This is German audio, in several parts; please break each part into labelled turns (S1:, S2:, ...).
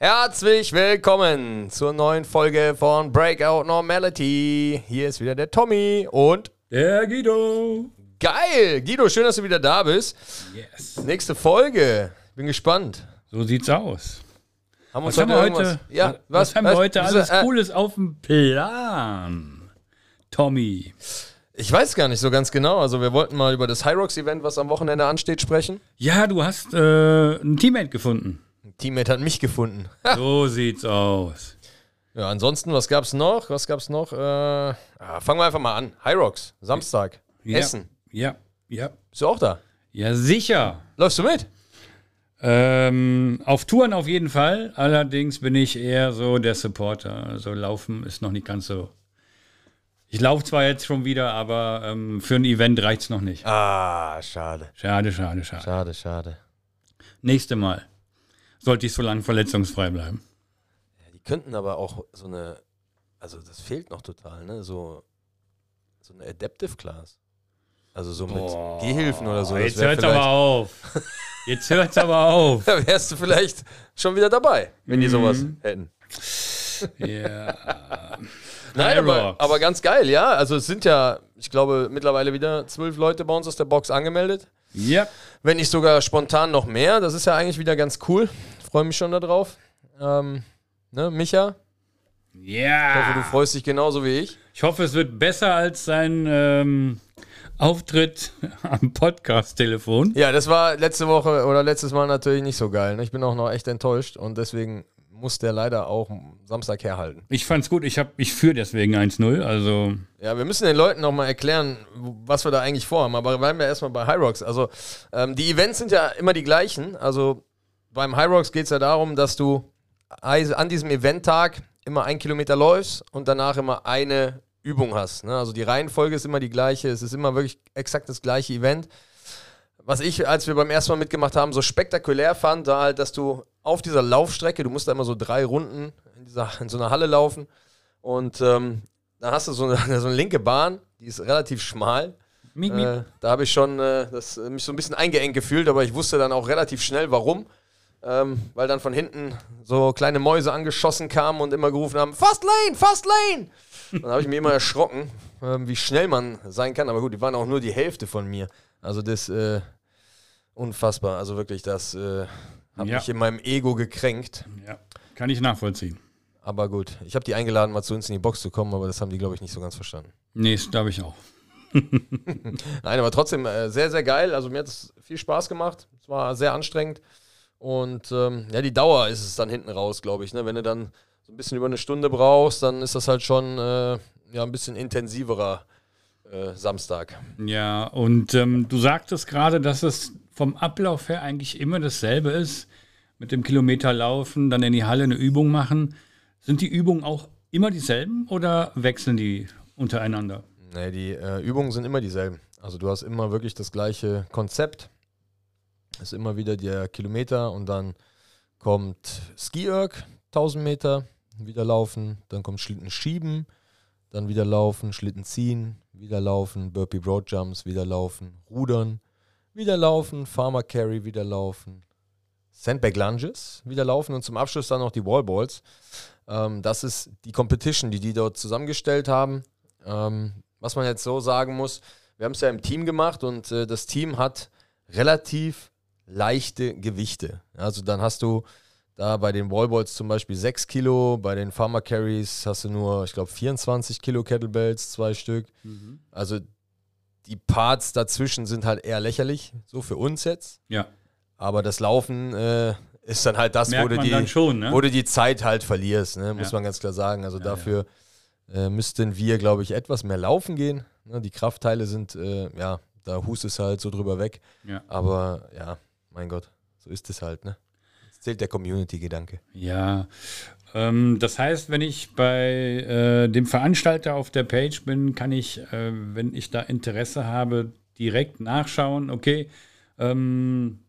S1: Herzlich willkommen zur neuen Folge von Breakout Normality. Hier ist wieder der Tommy und
S2: Der Guido.
S1: geil. Guido, schön, dass du wieder da bist.
S2: Yes.
S1: Nächste Folge. Bin gespannt.
S2: So sieht's aus.
S1: Haben
S2: Was haben wir heute,
S1: irgendwas- Ja,
S2: was, haben wir heute
S1: wieso,
S2: alles
S1: äh,
S2: Cooles auf dem Plan? Tommy.
S1: Ich weiß gar nicht so ganz genau. Also wir wollten mal über das Hyrox Event, was am Wochenende ansteht, sprechen.
S2: Ja, du hast äh, ein Teammate gefunden.
S1: Ein Teammate hat mich gefunden.
S2: So sieht's aus.
S1: Ja, ansonsten, was gab's noch? Was gab's noch? Äh, ah, fangen wir einfach mal an. Hyrox, Samstag,
S2: Ja.
S1: Essen.
S2: Ja, ja.
S1: Bist du auch da?
S2: Ja, sicher.
S1: Läufst du mit?
S2: Ähm, auf Touren auf jeden Fall. Allerdings bin ich eher so der Supporter. Also Laufen ist noch nicht ganz so. Ich laufe zwar jetzt schon wieder, aber ähm, für ein Event reicht's noch nicht.
S1: Ah, schade.
S2: Schade, schade, schade.
S1: Schade, schade.
S2: Nächste Mal sollte ich so lange verletzungsfrei bleiben.
S1: Die könnten aber auch so eine, also das fehlt noch total, ne? So, so eine Adaptive Class. Also so mit Gehhilfen oder so.
S2: jetzt
S1: wär
S2: hört's aber auf. Jetzt hört's aber auf.
S1: Da wärst du vielleicht schon wieder dabei, wenn die sowas
S2: Mhm.
S1: hätten.
S2: Ja.
S1: Nein, aber,
S2: Hyrox.
S1: aber ganz geil, ja. Also es sind ja, ich glaube, mittlerweile wieder zwölf Leute bei uns aus der Box angemeldet.
S2: Ja.
S1: Wenn nicht sogar spontan noch mehr. Das ist ja eigentlich wieder ganz cool. Freue mich schon darauf. Ähm, ne, Micha, ich hoffe, du
S2: Ja.
S1: freust dich genauso wie ich.
S2: Ich hoffe, es wird besser als sein ähm, Auftritt am Podcast-Telefon.
S1: Ja, das war letzte Woche oder letztes Mal natürlich nicht so geil. Ne? Ich bin auch noch echt enttäuscht und deswegen muss der leider auch Samstag herhalten.
S2: Ich fand's gut. Ich, hab- ich führe deswegen 1-0. Also,
S1: Ja, wir müssen den Leuten nochmal erklären, w- was wir da eigentlich vorhaben. Aber bleiben wir erstmal bei Hyrox. Also, ähm, die Events sind ja immer die gleichen. Also, beim Hyrox geht es ja darum, dass du ei- an diesem Eventtag immer einen Kilometer läufst und danach immer eine Übung hast. Ne? Also, die Reihenfolge ist immer die gleiche. Es ist immer wirklich exakt das gleiche Event. was ich, als wir beim ersten Mal mitgemacht haben, so spektakulär fand, war halt, dass du auf dieser Laufstrecke, du musst da immer so drei Runden in, dieser, in so einer Halle laufen und ähm, da hast du so eine, so eine linke Bahn, die ist relativ schmal.
S2: miep, miep.
S1: Äh, da habe ich schon äh, das, äh, mich so ein bisschen eingeengt gefühlt, aber ich wusste dann auch relativ schnell, warum. Ähm, weil dann von hinten so kleine Mäuse angeschossen kamen und immer gerufen haben, Fast Lane, Fast Lane! Dann habe ich mich immer erschrocken, ähm, wie schnell man sein kann. Aber gut, die waren auch nur die Hälfte von mir. Also das äh, unfassbar. Also wirklich, das äh, hat
S2: Ja.
S1: mich in meinem Ego gekränkt.
S2: ja. Kann ich nachvollziehen.
S1: Aber gut, ich habe die eingeladen, mal zu uns in die Box zu kommen, aber das haben die, glaube ich, nicht so ganz verstanden.
S2: Nee, das glaube ich auch.
S1: Nein, aber trotzdem äh, sehr, sehr geil. Also mir hat es viel Spaß gemacht. Es war sehr anstrengend. Und ähm, ja, die Dauer ist es dann hinten raus, glaube ich. Ne? Wenn du dann so ein bisschen über eine Stunde brauchst, dann ist das halt schon äh, ja, ein bisschen intensiverer äh, Samstag.
S2: Ja, und ähm, du sagtest gerade, dass es vom Ablauf her eigentlich immer dasselbe ist. Mit dem Kilometer laufen, dann in die Halle eine Übung machen. Sind die Übungen auch immer dieselben oder wechseln die untereinander?
S1: Nee, die äh, Übungen sind immer dieselben. Also du hast immer wirklich das gleiche Konzept. Ist immer wieder der Kilometer und dann kommt Ski-Erg, 1000 Meter, wieder laufen, dann kommt Schlitten schieben, dann wieder laufen, Schlitten ziehen, wieder laufen, Burpee Broad Jumps, wieder laufen, Rudern, wieder laufen, Farmer Carry, wieder laufen, Sandbag Lunges, wieder laufen und zum Abschluss dann noch die Wallballs. Ähm, das ist die Competition, die die dort zusammengestellt haben. Ähm, was man jetzt so sagen muss, wir haben es ja im Team gemacht und äh, das Team hat relativ leichte Gewichte. Also dann hast du da bei den Wallballs zum Beispiel 6 Kilo, bei den Farmer Carries hast du nur, ich glaube, 24 Kilo Kettlebells, zwei Stück. Also die Parts dazwischen sind halt eher lächerlich, so für uns jetzt.
S2: Ja,
S1: Aber das Laufen äh, ist dann halt das, wo
S2: merkt
S1: du,
S2: man
S1: die,
S2: dann schon, ne?
S1: wo du die Zeit halt verlierst, ne? muss
S2: Ja.
S1: man ganz klar sagen. Also dafür Äh, müssten wir, glaube ich, etwas mehr laufen gehen. Ne? Die Kraftteile sind, äh, ja, da hust es halt so drüber weg.
S2: Ja.
S1: Aber ja, mein Gott, so ist es halt. Ne? Jetzt zählt der Community-Gedanke.
S2: Mhm. Ja, ähm, das heißt, wenn ich bei äh, dem Veranstalter auf der Page bin, kann ich, äh, wenn ich da Interesse habe, direkt nachschauen, okay, ähm,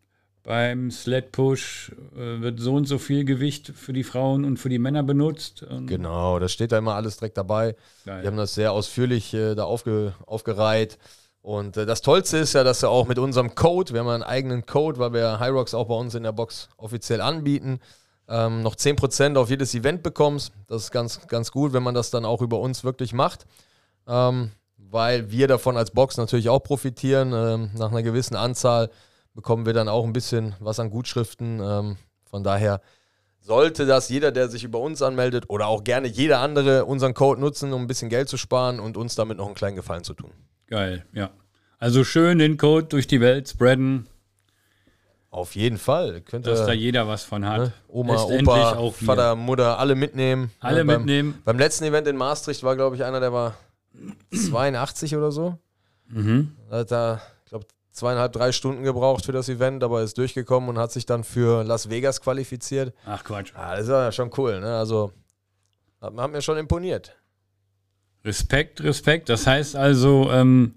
S2: beim Sled Push äh, wird so und so viel Gewicht für die Frauen und für die Männer benutzt. Und
S1: Genau, da steht da immer alles direkt dabei.
S2: Geil.
S1: Wir haben das sehr ausführlich äh, da aufge, aufgereiht. Und äh, das Tollste ist ja, dass wir auch mit unserem Code, wir haben ja einen eigenen Code, weil wir Hyrox auch bei uns in der Box offiziell anbieten, ähm, noch 10% auf jedes Event bekommst. Das ist ganz, ganz gut, wenn man das dann auch über uns wirklich macht. Ähm, weil wir davon als Box natürlich auch profitieren. Ähm, nach einer gewissen Anzahl bekommen wir dann auch ein bisschen was an Gutschriften. Ähm, von daher sollte das jeder, der sich über uns anmeldet oder auch gerne jeder andere unseren Code nutzen, um ein bisschen Geld zu sparen und uns damit noch einen kleinen Gefallen zu tun.
S2: Geil, ja. Also schön den Code durch die Welt spreaden,
S1: Auf jeden Fall. Könnte
S2: dass da jeder was von hat.
S1: Äh, ne, Oma,
S2: Letztendlich
S1: Opa,
S2: auch wir.
S1: Vater, Mutter, alle mitnehmen.
S2: Alle
S1: Ne, beim,
S2: mitnehmen.
S1: Beim letzten Event in Maastricht war, glaube ich, einer, der war 82 oder so.
S2: Mhm.
S1: Hat da, ich glaube, zweieinhalb, drei Stunden gebraucht für das Event, aber ist durchgekommen und hat sich dann für Las Vegas qualifiziert.
S2: Ach Quatsch.
S1: Ah, das war ja schon cool, ne? Also, hat, hat mir schon imponiert.
S2: Respekt, Respekt. Das heißt also, ähm,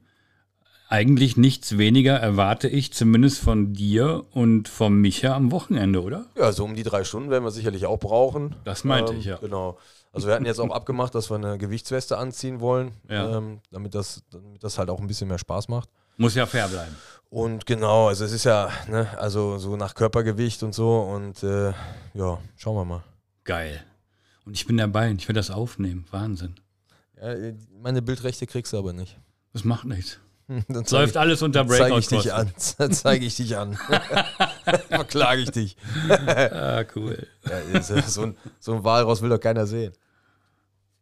S2: eigentlich nichts weniger erwarte ich zumindest von dir und von Micha am Wochenende, oder?
S1: Ja, so um die drei Stunden werden wir sicherlich auch brauchen.
S2: Das meinte ich, ja.
S1: Genau. Also wir hatten jetzt auch abgemacht, dass wir eine Gewichtsweste anziehen wollen,
S2: Ja.
S1: ähm, damit, das, damit das halt auch ein bisschen mehr Spaß macht.
S2: Muss ja fair bleiben.
S1: Und genau, also es ist ja, ne, also so nach Körpergewicht und so und äh, ja, schauen wir mal.
S2: Geil. Und ich bin dabei und ich werde das aufnehmen. Wahnsinn.
S1: Ja, äh, meine Bildrechte kriegst du aber nicht.
S2: Das macht nichts.
S1: Dann zeig
S2: Läuft alles unter
S1: ich, zeig
S2: Breakout.
S1: ich dich an. Dann zeige ich dich an. Verklage ich dich.
S2: Ah, cool.
S1: Ja, ist, äh, so, ein, so ein Walross will doch keiner sehen.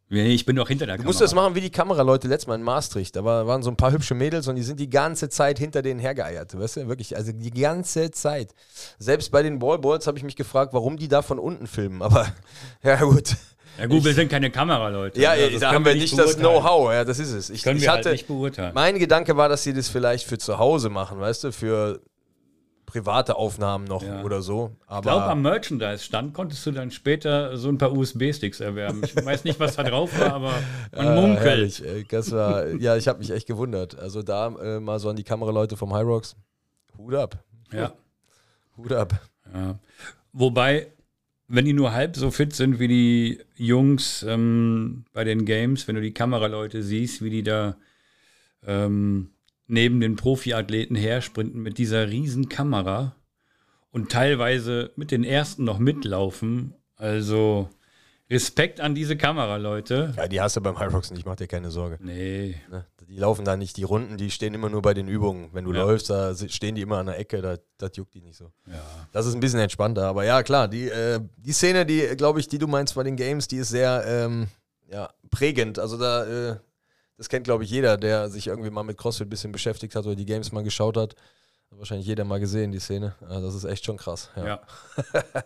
S2: Nee, ich bin doch hinter der
S1: Du
S2: Kamera.
S1: musst das machen wie die Kameraleute letztes Mal in Maastricht. Da war- waren so ein paar hübsche Mädels und die sind die ganze Zeit hinter denen hergeeiert. Weißt du, wirklich, also die ganze Zeit. Selbst bei den Ballboards habe ich mich gefragt, warum die da von unten filmen. Aber ja, gut.
S2: Ja gut, wir sind keine Kameraleute.
S1: Ja,
S2: Also das
S1: da
S2: können
S1: haben wir nicht das
S2: beurteilen.
S1: Know-how. Ja, das ist es. Ich,
S2: Können
S1: ich
S2: wir
S1: hatte,
S2: halt nicht beurteilen.
S1: mein Gedanke war, dass sie das vielleicht für zu Hause machen, weißt du, für private Aufnahmen noch
S2: Ja.
S1: oder so.
S2: Ich glaube,
S1: Aber
S2: am Merchandise-Stand konntest du dann später so ein paar USB-Sticks erwerben. Ich weiß nicht, was da drauf war, aber man
S1: Ah,
S2: munkelt.
S1: herrlich, ey. das war, ja, ich habe mich echt gewundert. Also da äh, mal so an die Kameraleute vom High Rocks. Hut ab.
S2: Ja.
S1: Hut ab.
S2: Ja. Wobei, wenn die nur halb so fit sind wie die Jungs ähm, bei den Games, wenn du die Kameraleute siehst, wie die da ähm, neben den Profiathleten hersprinten mit dieser riesen Kamera und teilweise mit den ersten noch mitlaufen. Also Respekt an diese Kameraleute.
S1: Ja, die hast du beim High Rocks nicht, mach dir keine Sorge.
S2: Nee,
S1: Ne? Die laufen da nicht die Runden, die stehen immer nur bei den Übungen. Wenn du
S2: Ja.
S1: läufst, da si- stehen die immer an der Ecke, da, das juckt die nicht so.
S2: ja.
S1: Das ist ein bisschen entspannter, aber ja, klar, die, äh, die Szene, die, glaube ich, die du meinst bei den Games, die ist sehr ähm, ja, prägend. Also da, äh, das kennt, glaube ich, jeder, der sich irgendwie mal mit CrossFit ein bisschen beschäftigt hat oder die Games mal geschaut hat. Hat Wahrscheinlich jeder mal gesehen, die Szene. Ah, das ist echt schon krass. Ja.
S2: ja.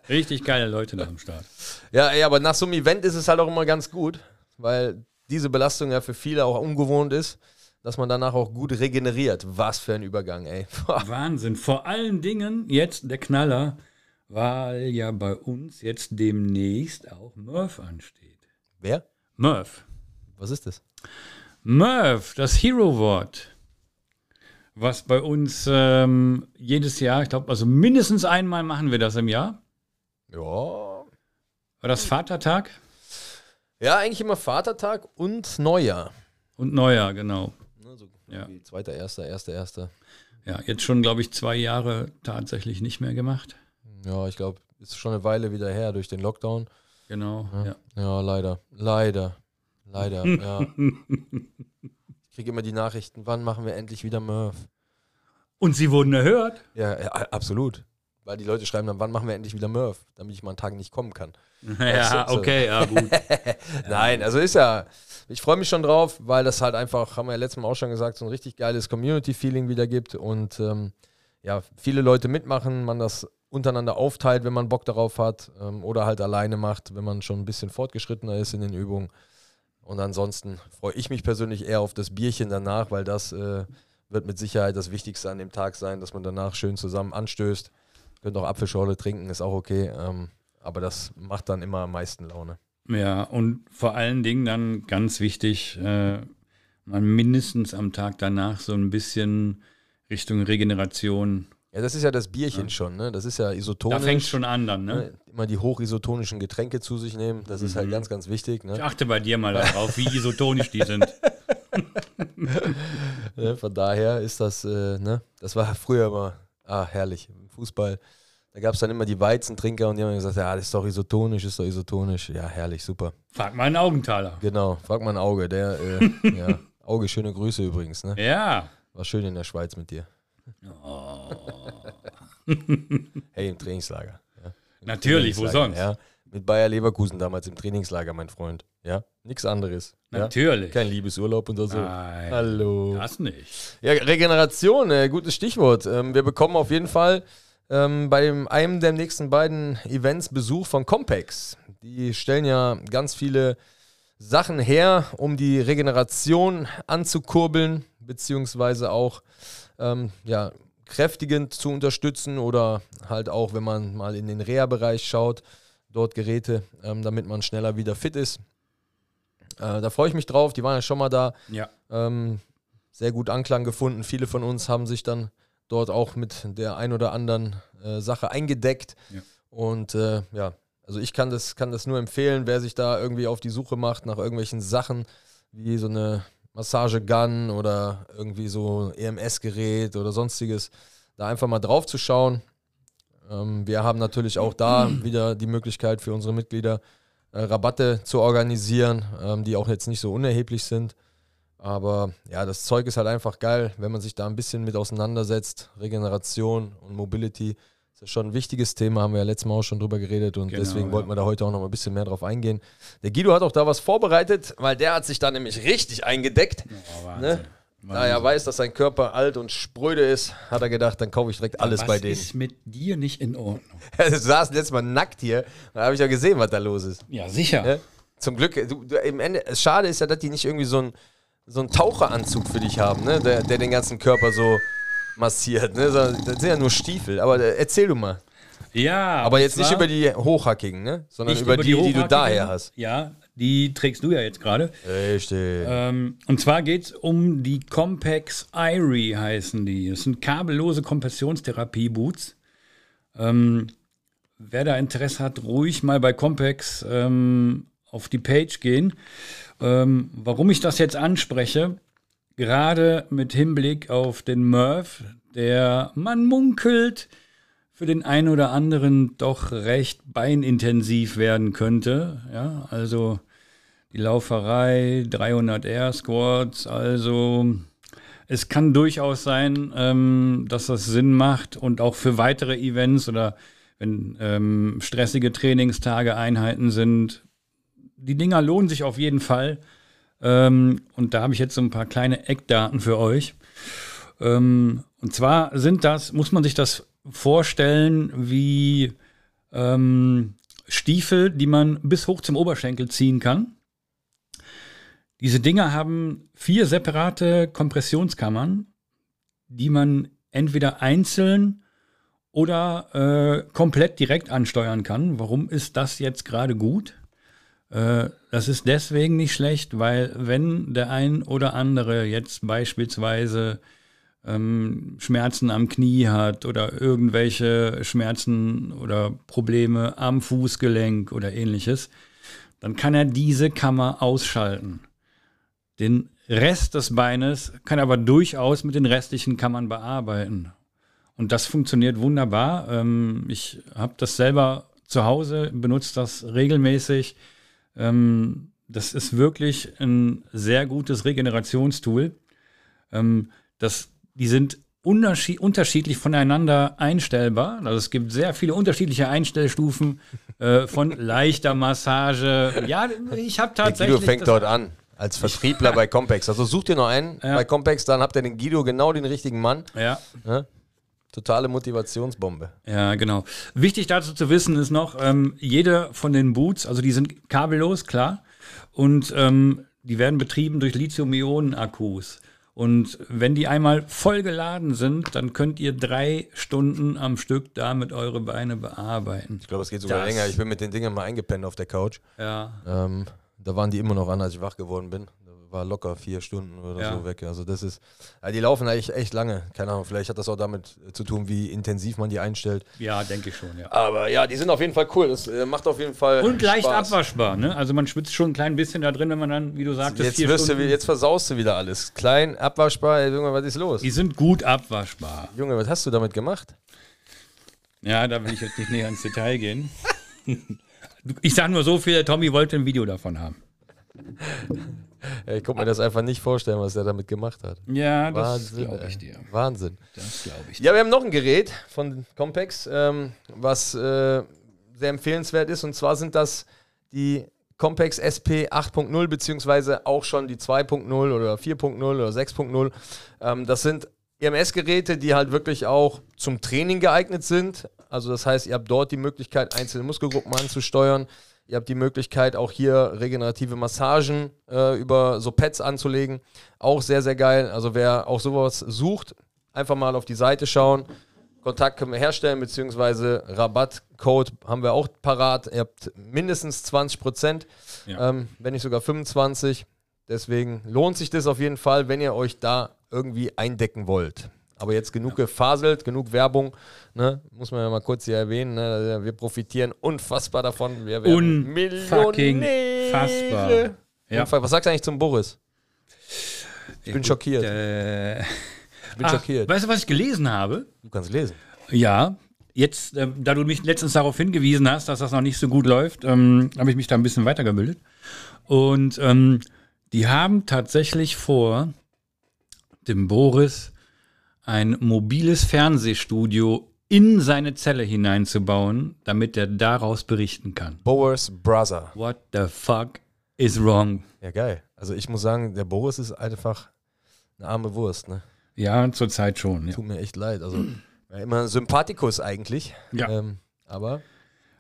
S2: Richtig geile Leute da am Start.
S1: Ja, ey, aber nach so einem Event ist es halt auch immer ganz gut, weil diese Belastung ja für viele auch ungewohnt ist, dass man danach auch gut regeneriert. Was für ein Übergang, ey.
S2: Wahnsinn. Vor allen Dingen jetzt der Knaller, weil ja bei uns jetzt demnächst auch Murph ansteht.
S1: Wer?
S2: Murph.
S1: Was ist das?
S2: Murph, das Hero-Wort, was bei uns ähm, jedes Jahr, ich glaube, also mindestens einmal machen wir das im Jahr.
S1: Ja.
S2: War das Vatertag
S1: Ja, eigentlich immer Vatertag und Neujahr.
S2: und Neujahr, genau.
S1: Ne, so
S2: Ja.
S1: irgendwie Zweiter, erster, erster, erster.
S2: Ja, jetzt schon, glaube ich, zwei Jahre tatsächlich nicht mehr gemacht.
S1: Ja, ich glaube, ist schon eine Weile wieder her durch den Lockdown.
S2: Genau, ja.
S1: Ja, leider. Leider. Leider, ja. Ich kriege immer die Nachrichten, wann machen wir endlich wieder Murph?
S2: Und sie wurden erhört.
S1: Ja, ja, a- absolut. Weil die Leute schreiben dann, wann machen wir endlich wieder Murph, damit ich mal einen Tag nicht kommen kann.
S2: Ja,
S1: so.
S2: okay, ja, gut.
S1: Nein, also ist ja, ich freue mich schon drauf, weil das halt einfach, haben wir ja letztes Mal auch schon gesagt, so ein richtig geiles Community-Feeling wieder gibt und ähm, ja, viele Leute mitmachen, man das untereinander aufteilt, wenn man Bock darauf hat ähm, oder halt alleine macht, wenn man schon ein bisschen fortgeschrittener ist in den Übungen. Und ansonsten freue ich mich persönlich eher auf das Bierchen danach, weil das äh, wird mit Sicherheit das Wichtigste an dem Tag sein, dass man danach schön zusammen anstößt. Könnt auch Apfelschorle trinken, ist auch okay. Ähm, aber das macht dann immer am meisten Laune.
S2: Ja, und vor allen Dingen dann ganz wichtig, äh, man mindestens am Tag danach so ein bisschen Richtung Regeneration.
S1: Ja, das ist ja das Bierchen schon, ne? Das ist ja
S2: Da fängt
S1: isotonisch.
S2: schon an Mhm. dann, ne?
S1: ne? Immer die hochisotonischen Getränke zu sich nehmen. Das ist halt ganz, ganz wichtig.
S2: Ich
S1: Ne?
S2: achte bei dir mal darauf, wie isotonisch die sind.
S1: äh, Ne? Von daher ist das, äh, ne? Das war früher immer, ah, herrlich. Im Fußball Da gab es dann immer die Weizentrinker und die haben gesagt, ja, das ist doch isotonisch, ist doch isotonisch. Ja, herrlich, super.
S2: Frag mal einen Augenthaler.
S1: Genau, frag mal ein Auge. Der, äh, ja. Auge, schöne Grüße übrigens. Ne?
S2: Ja.
S1: War schön in der Schweiz mit dir.
S2: Oh.
S1: hey, im Trainingslager. Ja. Im
S2: Natürlich, wo
S1: Trainingslager,
S2: sonst?
S1: Ja. Mit Bayer Leverkusen damals im Trainingslager, mein Freund. Ja, nichts anderes. Ja?
S2: Natürlich.
S1: Kein Liebesurlaub und so.
S2: Nein.
S1: Hallo.
S2: Das nicht.
S1: Ja, Regeneration, äh, gutes Stichwort. Ähm, wir bekommen auf jeden Fall ähm, bei dem, einem der nächsten beiden Events Besuch von Compex. Die stellen ja ganz viele Sachen her, um die Regeneration anzukurbeln, beziehungsweise auch ähm, ja, kräftigend zu unterstützen oder halt auch, wenn man mal in den Reha-Bereich schaut, dort Geräte, ähm, damit man schneller wieder fit ist. Äh, da freue ich mich drauf, die waren ja schon mal da
S2: Ja.
S1: ähm, sehr gut Anklang gefunden. Viele von uns haben sich dann dort auch mit der ein oder anderen äh, Sache eingedeckt.
S2: Ja.
S1: Und äh, ja, also ich kann das, kann das nur empfehlen, wer sich da irgendwie auf die Suche macht nach irgendwelchen Sachen, wie so eine Massagegun oder irgendwie so EMS-Gerät oder sonstiges, da einfach mal drauf zu schauen. Ähm, wir haben natürlich auch da wieder die Möglichkeit für unsere Mitglieder äh, Rabatte zu organisieren, ähm, die auch jetzt nicht so unerheblich sind. Aber ja, das Zeug ist halt einfach geil, wenn man sich da ein bisschen mit auseinandersetzt. Regeneration und Mobility ist ja schon ein wichtiges Thema, haben wir ja letztes Mal auch schon drüber geredet und
S2: Genau,
S1: deswegen
S2: ja.
S1: wollten wir da heute auch noch mal ein bisschen mehr drauf eingehen. Der Guido hat auch da was vorbereitet, weil der hat sich da nämlich richtig eingedeckt.
S2: Oh,
S1: Ne? Da er weiß, dass sein Körper alt und spröde ist, hat er gedacht, dann kaufe ich direkt alles
S2: Was
S1: bei denen.
S2: ist mit dir nicht in Ordnung?
S1: Er saß letztes Mal nackt hier, da habe ich ja gesehen, was da los ist.
S2: Ja, sicher.
S1: Ne? Zum Glück, du, du, im Ende, schade ist ja, dass die nicht irgendwie so einen so einen Taucheranzug für dich haben, ne? der, der den ganzen Körper so massiert. Ne? Sondern Das sind ja nur Stiefel, aber äh, erzähl du mal.
S2: Ja.
S1: Aber
S2: und
S1: jetzt nicht
S2: zwar
S1: über die hochhackigen, ne? sondern
S2: nicht
S1: über, die, die, du
S2: hochhackigen.
S1: daher hast. Äh,
S2: Ja, die trägst du ja jetzt gerade.
S1: Richtig.
S2: Ähm, und zwar geht es um die Compex Irie, heißen die. Das sind kabellose Kompressionstherapie-Boots. Ähm, wer da Interesse hat, ruhig mal bei Compex ähm, auf die Page gehen. Ähm, warum ich das jetzt anspreche, gerade mit Hinblick auf den Murph, der man munkelt, für den einen oder anderen doch recht beinintensiv werden könnte. Ja, also die Lauferei, 300 Air Squats, also es kann durchaus sein, ähm, dass das Sinn macht und auch für weitere Events oder wenn ähm, stressige Trainingstage, Einheiten sind. Die Dinger lohnen sich auf jeden Fall. Ähm, und da habe ich jetzt so ein paar kleine Eckdaten für euch. Ähm, und zwar sind das, muss man sich das vorstellen, wie ähm, Stiefel, die man bis hoch zum Oberschenkel ziehen kann. Diese Dinger haben vier separate Kompressionskammern, die man entweder einzeln oder äh, komplett direkt ansteuern kann. Warum ist das jetzt gerade gut? Äh, das ist deswegen nicht schlecht, weil wenn der ein oder andere jetzt beispielsweise ähm, Schmerzen am Knie hat oder irgendwelche Schmerzen oder Probleme am Fußgelenk oder ähnliches, dann kann er diese Kammer ausschalten. Den Rest des Beines kann er aber durchaus mit den restlichen Kammern bearbeiten. Und das funktioniert wunderbar. Ähm, ich habe das selber zu Hause, benutze das regelmäßig. Ähm, das ist wirklich ein sehr gutes Regenerationstool. Ähm, das, die sind unterschied unterschiedlich voneinander einstellbar. Also es gibt sehr viele unterschiedliche Einstellstufen äh, von leichter Massage. Ja, ich habe
S1: Der
S2: tatsächlich.
S1: Guido fängt
S2: das-
S1: dort an. Als Vertriebler bei Compex. Also sucht ihr noch einen
S2: Ja.
S1: bei Compex, dann habt ihr den Guido genau den richtigen Mann.
S2: ja.
S1: Ne? Totale Motivationsbombe.
S2: Ja, genau. Wichtig dazu zu wissen ist noch, ähm, jede von den Boots, also die sind kabellos, klar, und ähm, die werden betrieben durch Lithium-Ionen-Akkus. Und wenn die einmal voll geladen sind, dann könnt ihr drei Stunden am Stück damit eure Beine bearbeiten.
S1: Ich glaube, es geht sogar
S2: Das-
S1: länger. Ich bin mit den Dingern mal eingepennt auf der Couch.
S2: Ja,
S1: Ähm, da waren die immer noch an, als ich wach geworden bin. Da war locker vier Stunden oder
S2: Ja.
S1: so weg. Also das ist, ja, die laufen eigentlich echt lange. Keine Ahnung, vielleicht hat das auch damit äh, zu tun, wie intensiv man die einstellt.
S2: ja, denke ich schon, ja.
S1: Aber ja, die sind auf jeden Fall cool. Das äh, macht auf jeden Fall
S2: Und leicht
S1: Spaß.
S2: abwaschbar, ne? Also man schwitzt schon ein klein bisschen da drin, wenn man dann, wie du sagtest,
S1: Jetzt, wirst du, wie- jetzt versaust du wieder alles. Klein, abwaschbar, ey, Junge, was ist los?
S2: Die sind gut abwaschbar.
S1: Junge, was hast du damit gemacht?
S2: Ja, da will ich jetzt nicht näher ins Detail gehen. Ich sage nur so viel, der Tommy wollte ein Video davon haben.
S1: Ja, Ich konnte mir das einfach nicht vorstellen, was er damit gemacht hat.
S2: Ja, das
S1: Wahnsinn.
S2: glaube ich
S1: ey.
S2: dir.
S1: Wahnsinn.
S2: Das glaube ich dir.
S1: Ja, wir haben noch ein Gerät von Compex, ähm, was äh, sehr empfehlenswert ist. Und zwar sind das die Compex SP 8.0 beziehungsweise auch schon die 2.0 oder 4.0 oder 6.0. Ähm, das sind EMS-Geräte, die halt wirklich auch zum Training geeignet sind. Also das heißt, ihr habt dort die Möglichkeit, einzelne Muskelgruppen anzusteuern. Ihr habt die Möglichkeit, auch hier regenerative Massagen äh, über so Pads anzulegen. Auch sehr, sehr geil. Also wer auch sowas sucht, einfach mal auf die Seite schauen. Kontakt können wir herstellen, beziehungsweise Rabattcode haben wir auch parat. Ihr habt mindestens 20 Prozent,
S2: Ja.
S1: ähm, wenn nicht sogar 25. Deswegen lohnt sich das auf jeden Fall, wenn ihr euch da irgendwie eindecken wollt. Aber jetzt genug gefaselt, genug Werbung. Ne? Muss man ja mal kurz hier erwähnen. Ne? Wir profitieren unfassbar davon. Wir werden
S2: Unfucking fassbar.
S1: Millionäre.
S2: Ja.
S1: Unfa- Was sagst du eigentlich zum Boris? Ich bin schockiert.
S2: Äh,
S1: Ich bin schockiert.
S2: Weißt du, was ich gelesen habe?
S1: Du kannst lesen.
S2: Ja, jetzt, ähm, da du mich letztens darauf hingewiesen hast, dass das noch nicht so gut läuft, ähm, habe ich mich da ein bisschen weitergebildet. Und ähm, die haben tatsächlich vor, dem Boris ein mobiles Fernsehstudio in seine Zelle hineinzubauen, damit er daraus berichten kann.
S1: Boris Brother.
S2: What the fuck is wrong?
S1: Ja, geil. Also ich muss sagen, der Boris ist einfach eine arme Wurst, ne?
S2: Ja, zurzeit schon. Ja.
S1: Tut mir echt leid. Also ja, immer Sympathikus eigentlich.
S2: Ja.
S1: Ähm, aber,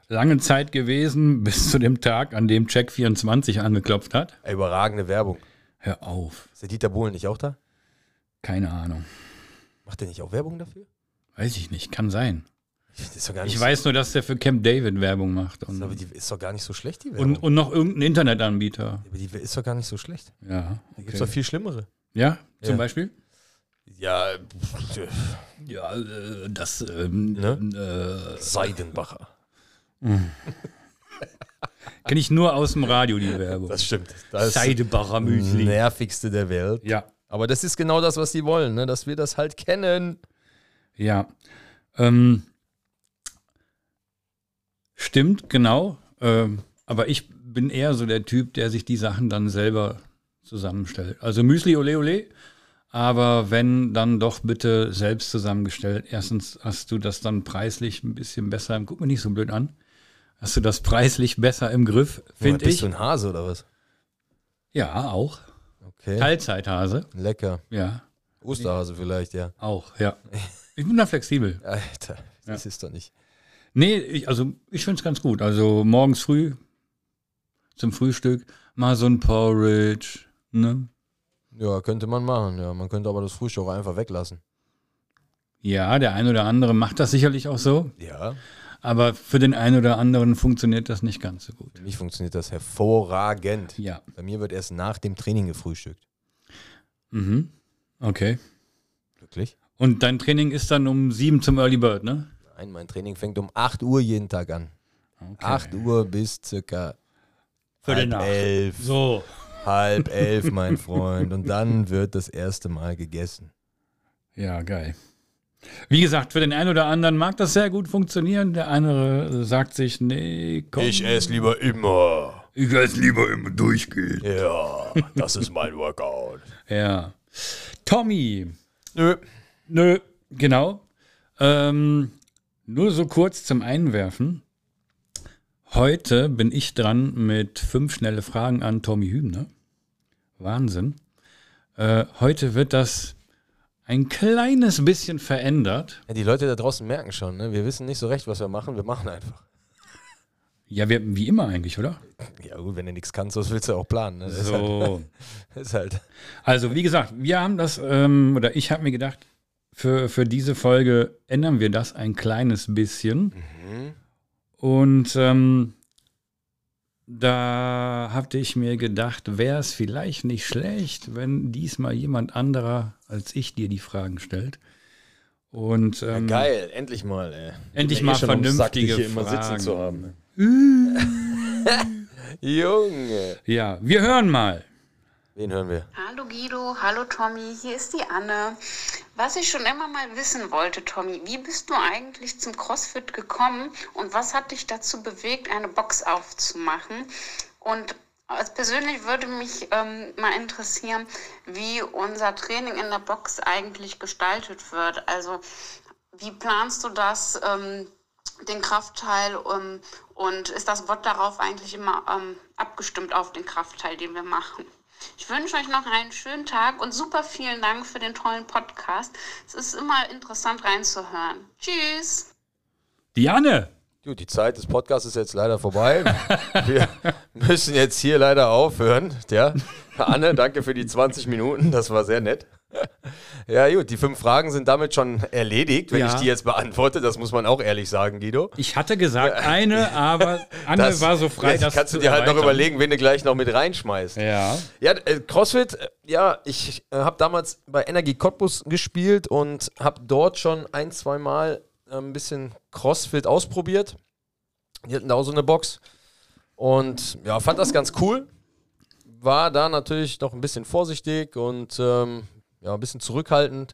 S2: Lange Zeit gewesen, bis zu dem Tag, an dem Check24 angeklopft hat.
S1: ey, überragende Werbung.
S2: Hör auf.
S1: Ist der Dieter Bohlen nicht auch da?
S2: Keine Ahnung.
S1: Macht der nicht auch Werbung dafür?
S2: Weiß ich nicht, kann sein.
S1: Das ist doch gar nicht,
S2: Ich weiß nur, dass der für Camp David Werbung macht
S1: so, aber
S2: und,
S1: die ist doch gar nicht so schlecht, die Werbung.
S2: und, und noch irgendein Internetanbieter.
S1: aber die ist doch gar nicht so schlecht.
S2: Ja,
S1: Da gibt es doch viel schlimmere.
S2: ja zum
S1: Ja.
S2: Beispiel?
S1: Ja, pff,
S2: Ja, äh, das.
S1: Ne?
S2: äh,
S1: Seidenbacher.
S2: Kenne ich nur aus dem Radio, die Werbung.
S1: Das stimmt. Das ist
S2: Seidebacher
S1: das
S2: Müsli.
S1: nervigste der Welt.
S2: Ja,
S1: Aber das ist genau das, was die wollen, ne? dass wir das halt kennen.
S2: ja. Ähm, stimmt, genau. Ähm, aber ich bin eher so der Typ, der sich die Sachen dann selber zusammenstellt. Also Müsli, ole, ole. Aber wenn, dann doch bitte selbst zusammengestellt. Erstens hast du das dann preislich ein bisschen besser im, guck mir nicht so blöd an, hast du das preislich besser im Griff, finde
S1: Oh, Bist
S2: ich.
S1: du ein Hase oder was?
S2: Ja, auch.
S1: Okay.
S2: Teilzeithase,
S1: Lecker.
S2: ja,
S1: Osterhase vielleicht, ja.
S2: auch, ja. Ich bin da flexibel.
S1: Alter, das ist doch nicht.
S2: Nee, ich, also ich finde es ganz gut. Also morgens früh zum Frühstück mal so ein Porridge, ne?
S1: Ja, könnte man machen, ja. Man könnte aber das Frühstück auch einfach weglassen.
S2: Ja, der ein oder andere macht das sicherlich auch so,
S1: Ja.
S2: aber für den einen oder anderen funktioniert das nicht ganz so gut.
S1: Für mich funktioniert das hervorragend.
S2: Ja.
S1: Bei mir wird erst nach dem Training gefrühstückt.
S2: Mhm. Okay.
S1: Wirklich?
S2: Und dein Training ist dann um sieben zum Early Bird, ne?
S1: Nein, mein Training fängt um 8 Uhr jeden Tag an. 8 Uhr bis circa
S2: Viertel
S1: halb
S2: nach.
S1: elf.
S2: So.
S1: Halb elf, mein Freund. Und dann wird das erste Mal gegessen.
S2: Ja, geil. Wie gesagt, für den einen oder anderen mag das sehr gut funktionieren. Der andere sagt sich, nee, komm.
S1: esse lieber immer.
S2: ich esse lieber immer durchgehen.
S1: Ja, das ist mein Workout.
S2: Ja. Tommy.
S1: Nö.
S2: Nö, genau. Ähm, nur so kurz zum Einwerfen. Heute bin ich dran mit fünf schnelle Fragen an Tommy Hübner. Wahnsinn. Äh, heute wird das ein kleines bisschen verändert.
S1: Ja, die Leute da draußen merken schon, ne? wir wissen nicht so recht, was wir machen, wir machen einfach.
S2: Ja, wir, wie immer eigentlich, oder?
S1: Ja gut, wenn du nichts kannst, das willst du auch planen. Ne? Das ist halt,
S2: So.
S1: ist halt,
S2: Also, wie gesagt, wir haben das, ähm, oder ich habe mir gedacht, für, für diese Folge ändern wir das ein kleines bisschen.
S1: Mhm.
S2: Und ähm, da hatte ich mir gedacht, wäre es vielleicht nicht schlecht, wenn diesmal jemand anderer als ich dir die Fragen stellt. Und ähm,
S1: geil, endlich mal. Ey.
S2: endlich
S1: Bin
S2: mal
S1: eh schon am Sack, dich
S2: vernünftige
S1: hier immer sitzen
S2: Fragen.
S1: zu haben. ne? Junge,
S2: ja, wir hören mal.
S1: wir Den hören wir.
S3: Hallo Guido, hallo Tommy, hier ist die Anne. Was ich schon immer mal wissen wollte, Tommy, wie bist du eigentlich zum CrossFit gekommen und was hat dich dazu bewegt, eine Box aufzumachen? Und als persönlich würde mich ähm, mal interessieren, wie unser Training in der Box eigentlich gestaltet wird. Also wie planst du das, ähm, den Kraftteil ähm, und ist das Wort darauf eigentlich immer ähm, abgestimmt auf den Kraftteil, den wir machen? Ich wünsche euch noch einen schönen Tag und super vielen Dank für den tollen Podcast. Es ist immer interessant reinzuhören. Tschüss!
S2: Diane!
S1: Du, die Zeit des Podcasts ist jetzt leider vorbei. Wir müssen jetzt hier leider aufhören. Ja. Anne, danke für die 20 Minuten. Das war sehr nett. Ja, gut, die fünf Fragen sind damit schon erledigt, wenn
S2: Ja.
S1: ich die jetzt beantworte. Das muss man auch ehrlich sagen, Guido.
S2: Ich hatte gesagt eine, aber Anne
S1: Das-
S2: war so frei,
S1: jetzt
S2: das
S1: kannst
S2: zu
S1: du dir halt noch
S2: erweitern.
S1: überlegen, wen du gleich noch mit reinschmeißt.
S2: Ja.
S1: Ja, äh, CrossFit, äh, ja, ich äh, habe damals bei Energie Cottbus gespielt und habe dort schon ein, zwei Mal äh, ein bisschen CrossFit ausprobiert. Die hatten da auch so eine Box und ja, fand das ganz cool. War da natürlich noch ein bisschen vorsichtig und ähm, ja, ein bisschen zurückhaltend,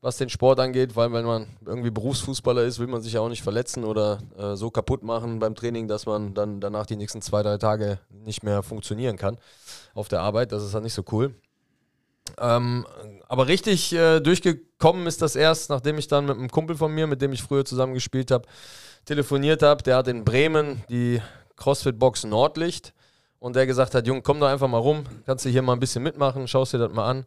S1: was den Sport angeht, weil wenn man irgendwie Berufsfußballer ist, will man sich ja auch nicht verletzen oder äh, so kaputt machen beim Training, dass man dann danach die nächsten zwei, drei Tage nicht mehr funktionieren kann auf der Arbeit. Das ist halt nicht so cool. Ähm, aber richtig äh, durchgekommen ist das erst, nachdem ich dann mit einem Kumpel von mir, mit dem ich früher zusammen gespielt habe, telefoniert habe. Der hat in Bremen die CrossFit-Box Nordlicht und der gesagt hat: Jung, komm doch einfach mal rum, kannst du hier mal ein bisschen mitmachen, schaust dir das mal an.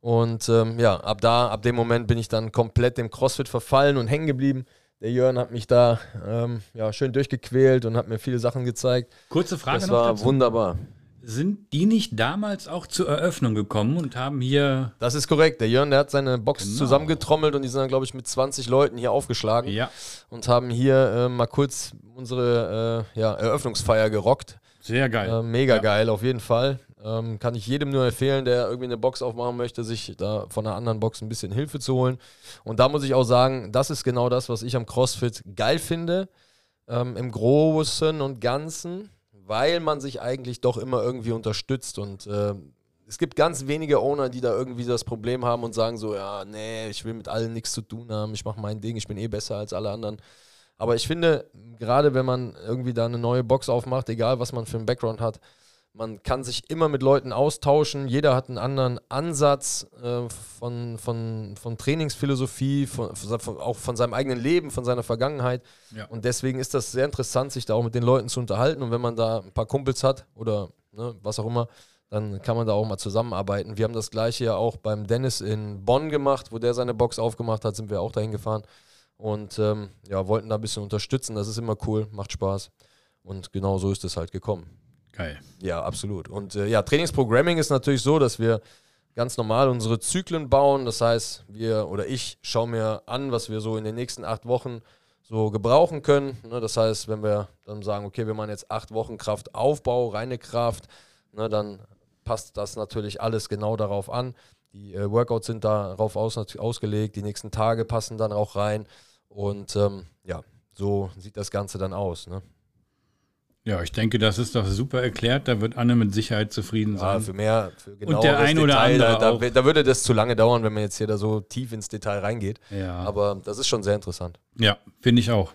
S1: Und ähm, ja, ab da, ab dem Moment bin ich dann komplett dem CrossFit verfallen und hängen geblieben. Der Jörn hat mich da ähm, ja, schön durchgequält und hat mir viele Sachen gezeigt.
S2: Kurze Frage
S1: Das
S2: noch
S1: war
S2: dazu.
S1: wunderbar.
S2: Sind die nicht damals auch zur Eröffnung gekommen und haben hier.
S1: Das ist korrekt. Der Jörn, der hat seine Box
S2: Genau.
S1: zusammengetrommelt und die sind dann, glaube ich, mit 20 Leuten hier aufgeschlagen
S2: Ja,
S1: und haben hier äh, mal kurz unsere äh, ja, Eröffnungsfeier gerockt.
S2: sehr geil.
S1: Äh, mega
S2: Ja.
S1: geil, auf jeden Fall. Ähm, kann ich jedem nur empfehlen, der irgendwie eine Box aufmachen möchte, sich da von einer anderen Box ein bisschen Hilfe zu holen. Und da muss ich auch sagen, das ist genau das, was ich am CrossFit geil finde. Ähm, Im Großen und Ganzen, weil man sich eigentlich doch immer irgendwie unterstützt. Und ähm, es gibt ganz wenige Owner, die da irgendwie das Problem haben und sagen so, ja, nee, ich will mit allen nichts zu tun haben, ich mache mein Ding, ich bin eh besser als alle anderen. Aber ich finde, gerade wenn man irgendwie da eine neue Box aufmacht, egal was man für einen Background hat, man kann sich immer mit Leuten austauschen. Jeder hat einen anderen Ansatz äh, von, von, von Trainingsphilosophie, von, von, auch von seinem eigenen Leben, von seiner Vergangenheit.
S2: Ja.
S1: Und deswegen ist das sehr interessant, sich da auch mit den Leuten zu unterhalten. Und wenn man da ein paar Kumpels hat oder ne, was auch immer, dann kann man da auch mal zusammenarbeiten. Wir haben das gleiche ja auch beim Dennis in Bonn gemacht, wo der seine Box aufgemacht hat, sind wir auch dahin gefahren und ähm, ja, wollten da ein bisschen unterstützen. Das ist immer cool, macht Spaß. Und genau so ist es halt gekommen.
S2: Geil.
S1: Ja, absolut. Und äh, ja, Trainingsprogramming ist natürlich so, dass wir ganz normal unsere Zyklen bauen. Das heißt, wir oder ich schaue mir an, was wir so in den nächsten acht Wochen so gebrauchen können. Ne, das heißt, wenn wir dann sagen, okay, wir machen jetzt acht Wochen Kraftaufbau, reine Kraft, ne, dann passt das natürlich alles genau darauf an. Die äh, Workouts sind darauf aus, nat- ausgelegt, die nächsten Tage passen dann auch rein. Und ähm, ja, so sieht das Ganze dann aus. Ne?
S2: Ja, ich denke, das ist doch super erklärt. Da wird Anne mit Sicherheit zufrieden
S1: Ja,
S2: sein.
S1: für mehr, für genaueres
S2: Ähm, der ein oder
S1: Detail,
S2: andere
S1: da,
S2: auch.
S1: da, da würde das zu lange dauern, wenn man jetzt hier da so tief ins Detail reingeht.
S2: Ja.
S1: Aber das ist schon sehr interessant.
S2: Ja, finde ich auch.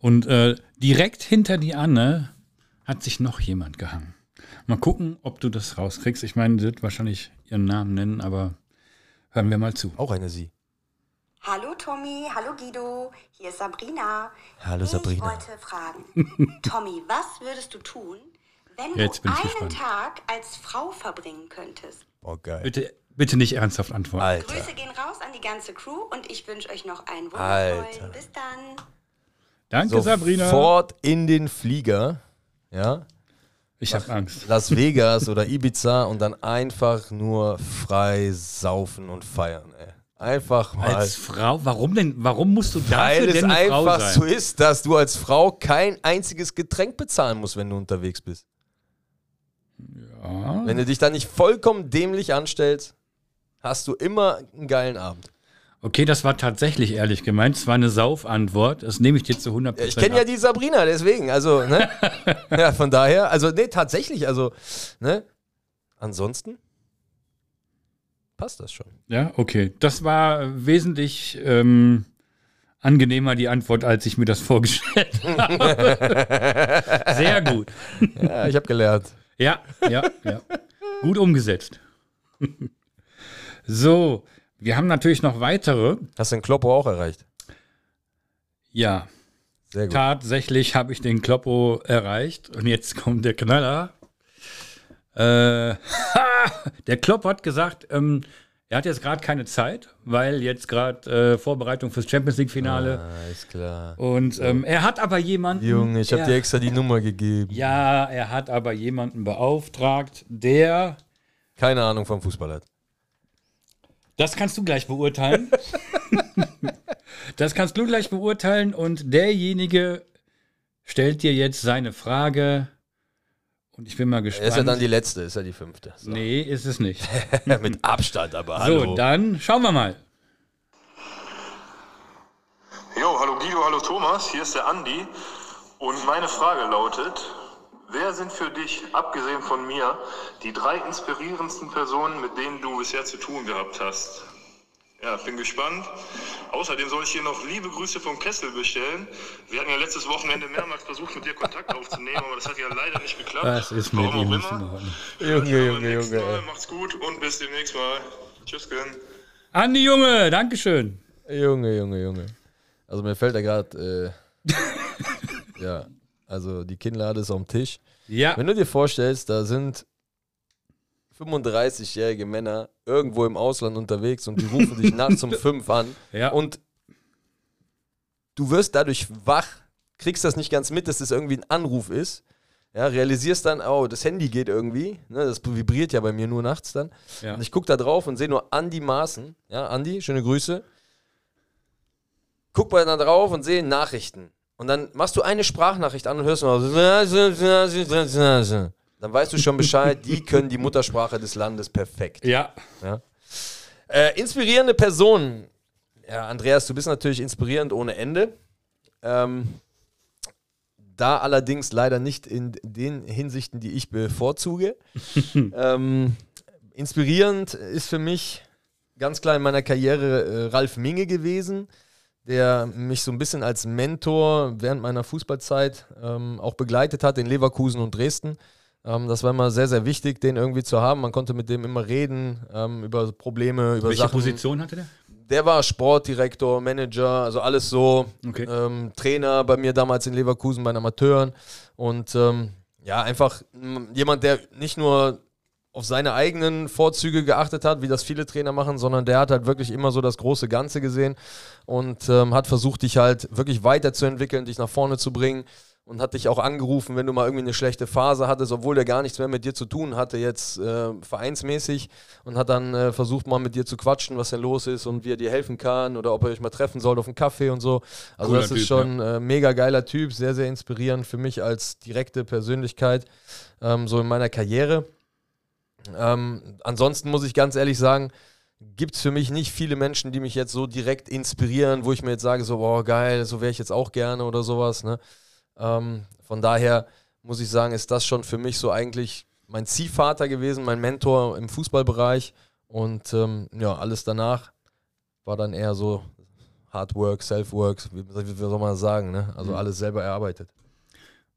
S2: Und äh, direkt hinter die Anne hat sich noch jemand gehangen. Mal gucken, ob du das rauskriegst. Ich meine, sie wird wahrscheinlich ihren Namen nennen, aber hören wir mal zu.
S1: Auch eine Sie.
S4: Hallo Tommy, hallo Guido, hier ist Sabrina.
S1: Hallo
S4: Ich
S1: Sabrina.
S4: wollte fragen, Tommy, was würdest du tun, wenn
S2: Jetzt
S4: du
S2: bin ich
S4: einen
S2: gespannt.
S4: Tag als Frau verbringen könntest?
S1: Oh, geil.
S2: Bitte, bitte nicht ernsthaft antworten.
S1: Alter.
S4: Grüße gehen raus an die ganze Crew und ich wünsche euch noch einen wundervollen.
S1: Alter.
S4: Bis dann.
S2: Danke, Sabrina.
S1: Sofort in den Flieger. Ja.
S2: ich habe Angst.
S1: Las Vegas oder Ibiza und dann einfach nur frei saufen und feiern, ey. Einfach mal.
S2: Als Frau, warum denn? Warum musst du
S1: weil
S2: dafür
S1: es
S2: denn eine Frau
S1: einfach
S2: sein?
S1: so ist, dass du als Frau kein einziges Getränk bezahlen musst, wenn du unterwegs bist.
S2: ja.
S1: Wenn du dich da nicht vollkommen dämlich anstellst, hast du immer einen geilen Abend.
S2: Okay, das war tatsächlich ehrlich gemeint. Es war eine Saufantwort. Das nehme ich dir zu 100
S1: Ja, Äh, ich kenne ja die Sabrina, deswegen. Also, ne? ja, von daher, also, nee, tatsächlich, also, ne? Ansonsten, passt das schon.
S2: Ja, okay. Das war äh, wesentlich ähm, angenehmer, die Antwort, als ich mir das vorgestellt habe. Sehr gut.
S1: Ja, ich habe gelernt.
S2: Ja, ja, ja. Gut umgesetzt. So, wir haben natürlich noch weitere.
S1: Hast den Kloppo auch erreicht?
S2: Ja,
S1: Sehr gut.
S2: tatsächlich habe ich den Kloppo erreicht und jetzt kommt der Knaller. Äh, der Klopp hat gesagt, ähm, er hat jetzt gerade keine Zeit, weil jetzt gerade äh, Vorbereitung fürs Champions League Finale.
S1: Ah, ist klar.
S2: Und ähm, er hat aber jemanden.
S1: Junge, ich habe
S2: er,
S1: dir extra die Nummer gegeben.
S2: Ja, er hat aber jemanden beauftragt, der.
S1: Keine Ahnung vom Fußball hat.
S2: Das kannst du gleich beurteilen. das kannst du gleich beurteilen und derjenige stellt dir jetzt seine Frage und ich bin mal gespannt.
S1: Ist ja dann die letzte, ist ja die fünfte. So.
S2: nee, ist es nicht.
S1: Mit Abstand aber. Hallo.
S2: so, dann schauen wir mal.
S5: Jo, hallo Guido, hallo Thomas, hier ist der Andi. Und meine Frage lautet: Wer sind für dich, abgesehen von mir, die drei inspirierendsten Personen, mit denen du bisher zu tun gehabt hast? Ja, bin gespannt. Außerdem soll ich hier noch liebe Grüße vom Kessel bestellen. Wir hatten ja letztes Wochenende mehrmals versucht, mit dir Kontakt aufzunehmen, aber das hat ja leider nicht geklappt.
S2: Was ist mit
S5: Warum
S2: ihm?
S5: auch
S2: Ist in
S5: immer.
S2: Ordnung.
S1: Junge,
S5: Beim
S1: Junge,
S5: nächsten
S1: Junge.
S5: Mal,
S1: ey.
S5: macht's gut und bis demnächst mal. Tschüss, gern.
S2: Andi Junge, Dankeschön.
S1: Junge, Junge, Junge. Also mir fällt da gerade, äh, ja, also die Kinnlade ist auf dem Tisch.
S2: Ja,
S1: Wenn du dir vorstellst, da sind 35-jährige Männer irgendwo im Ausland unterwegs und die rufen dich nachts um 5 an
S2: Ja.
S1: und du wirst dadurch wach, kriegst das nicht ganz mit, dass das irgendwie ein Anruf ist. Ja, realisierst dann, oh, das Handy geht irgendwie. Ne, das vibriert ja bei mir nur nachts dann.
S2: ja.
S1: Und ich gucke da drauf und sehe nur Andi Maaßen. Ja, Andi, schöne Grüße. Guck mal da drauf und sehe Nachrichten. Und dann machst du eine Sprachnachricht an und hörst nur. Dann weißt du schon Bescheid, die können die Muttersprache des Landes perfekt.
S2: ja.
S1: Äh, inspirierende Personen. Ja, Äh, Andreas, du bist natürlich inspirierend ohne Ende. Ähm, da allerdings leider nicht in den Hinsichten, die ich bevorzuge. ähm, inspirierend ist für mich ganz klar in meiner Karriere äh, Ralf Minge gewesen, der mich so ein bisschen als Mentor während meiner Fußballzeit ähm, auch begleitet hat in Leverkusen und Dresden. Ähm, das war immer sehr, sehr wichtig, den irgendwie zu haben. Man konnte mit dem immer reden ähm, über Probleme, über
S2: Welche
S1: Sachen.
S2: Position hatte der?
S1: Der war Sportdirektor, Manager, also alles so.
S2: Okay.
S1: Ähm, Trainer bei mir damals in Leverkusen bei den Amateuren. Und ähm, ja, einfach mm, jemand, der nicht nur auf seine eigenen Vorzüge geachtet hat, wie das viele Trainer machen, sondern der hat halt wirklich immer so das große Ganze gesehen und ähm, hat versucht, dich halt wirklich weiterzuentwickeln, dich nach vorne zu bringen und hat dich auch angerufen, wenn du mal irgendwie eine schlechte Phase hattest, obwohl der gar nichts mehr mit dir zu tun hatte, jetzt äh, vereinsmäßig und hat dann äh, versucht, mal mit dir zu quatschen, was denn los ist und wie er dir helfen kann oder ob er euch mal treffen soll auf einen Kaffee und so. Also
S2: Cooler
S1: das ist
S2: Typ,
S1: schon äh, mega geiler Typ, sehr, sehr inspirierend für mich als direkte Persönlichkeit ähm, so in meiner Karriere. Ähm, ansonsten muss ich ganz ehrlich sagen, gibt es für mich nicht viele Menschen, die mich jetzt so direkt inspirieren, wo ich mir jetzt sage, so, boah, geil, so wäre ich jetzt auch gerne oder sowas. Ne? Ähm, von daher muss ich sagen, ist das schon für mich so eigentlich mein Ziehvater gewesen, mein Mentor im Fußballbereich. Und ähm, ja, alles danach war dann eher so Hard Work, Self-Work, wie, wie soll man das sagen, ne? Also alles selber erarbeitet.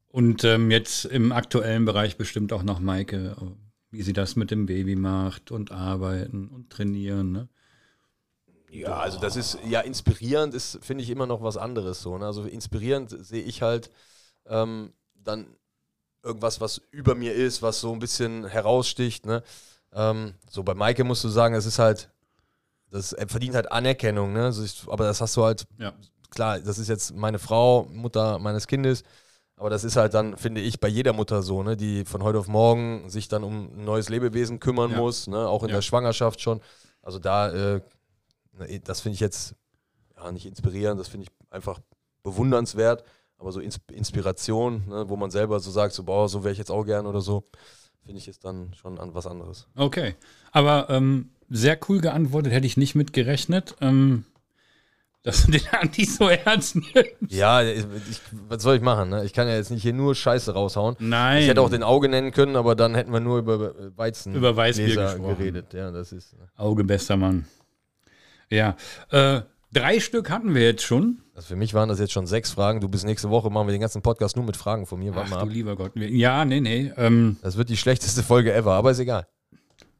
S2: Und ähm, jetzt im aktuellen Bereich bestimmt auch noch Maike, Oh, wie sie das mit dem Baby macht und arbeiten und trainieren. Ne?
S1: Ja, also das ist, ja, inspirierend ist, finde ich, immer noch was anderes so. Ne? Also inspirierend sehe ich halt ähm, dann irgendwas, was über mir ist, was so ein bisschen heraussticht. Ne? Ähm, so bei Maike musst du sagen, es ist halt, das äh, verdient halt Anerkennung, ne? Also ich, aber das hast du halt,
S2: Ja.
S1: klar, das ist jetzt meine Frau, Mutter meines Kindes, aber das ist halt dann, finde ich, bei jeder Mutter so, ne? die von heute auf morgen sich dann um ein neues Lebewesen kümmern
S2: Ja.
S1: muss, ne? auch in
S2: Ja.
S1: der Schwangerschaft schon. Also da, äh, ne, das finde ich jetzt ja, nicht inspirierend, das finde ich einfach bewundernswert, aber so Ins Inspiration, ne? wo man selber so sagt, so, boah, so wäre ich jetzt auch gern oder so, finde ich jetzt dann schon an was anderes.
S2: Okay. Aber ähm, sehr cool geantwortet, hätte ich nicht mit gerechnet. Ähm, dass du den Andi so ernst nimmst.
S1: Ja, ich, was soll ich machen? Ne? Ich kann ja jetzt nicht hier nur Scheiße raushauen.
S2: Nein.
S1: Ich hätte auch den Auge nennen können, aber dann hätten wir nur über Weizen
S2: Über Weißbier
S1: Gläser
S2: gesprochen.
S1: geredet. Ja, das ist. ne?
S2: Auge bester Mann. Ja. Äh, drei Stück hatten wir jetzt schon.
S1: Also für mich waren das jetzt schon sechs Fragen. Du bist nächste Woche, machen wir den ganzen Podcast nur mit Fragen von mir. Warte
S2: Ach
S1: mal
S2: du
S1: ab.
S2: lieber Gott. Wir- Ja, nee, nee. Ähm,
S1: Das wird die schlechteste Folge ever, aber ist egal.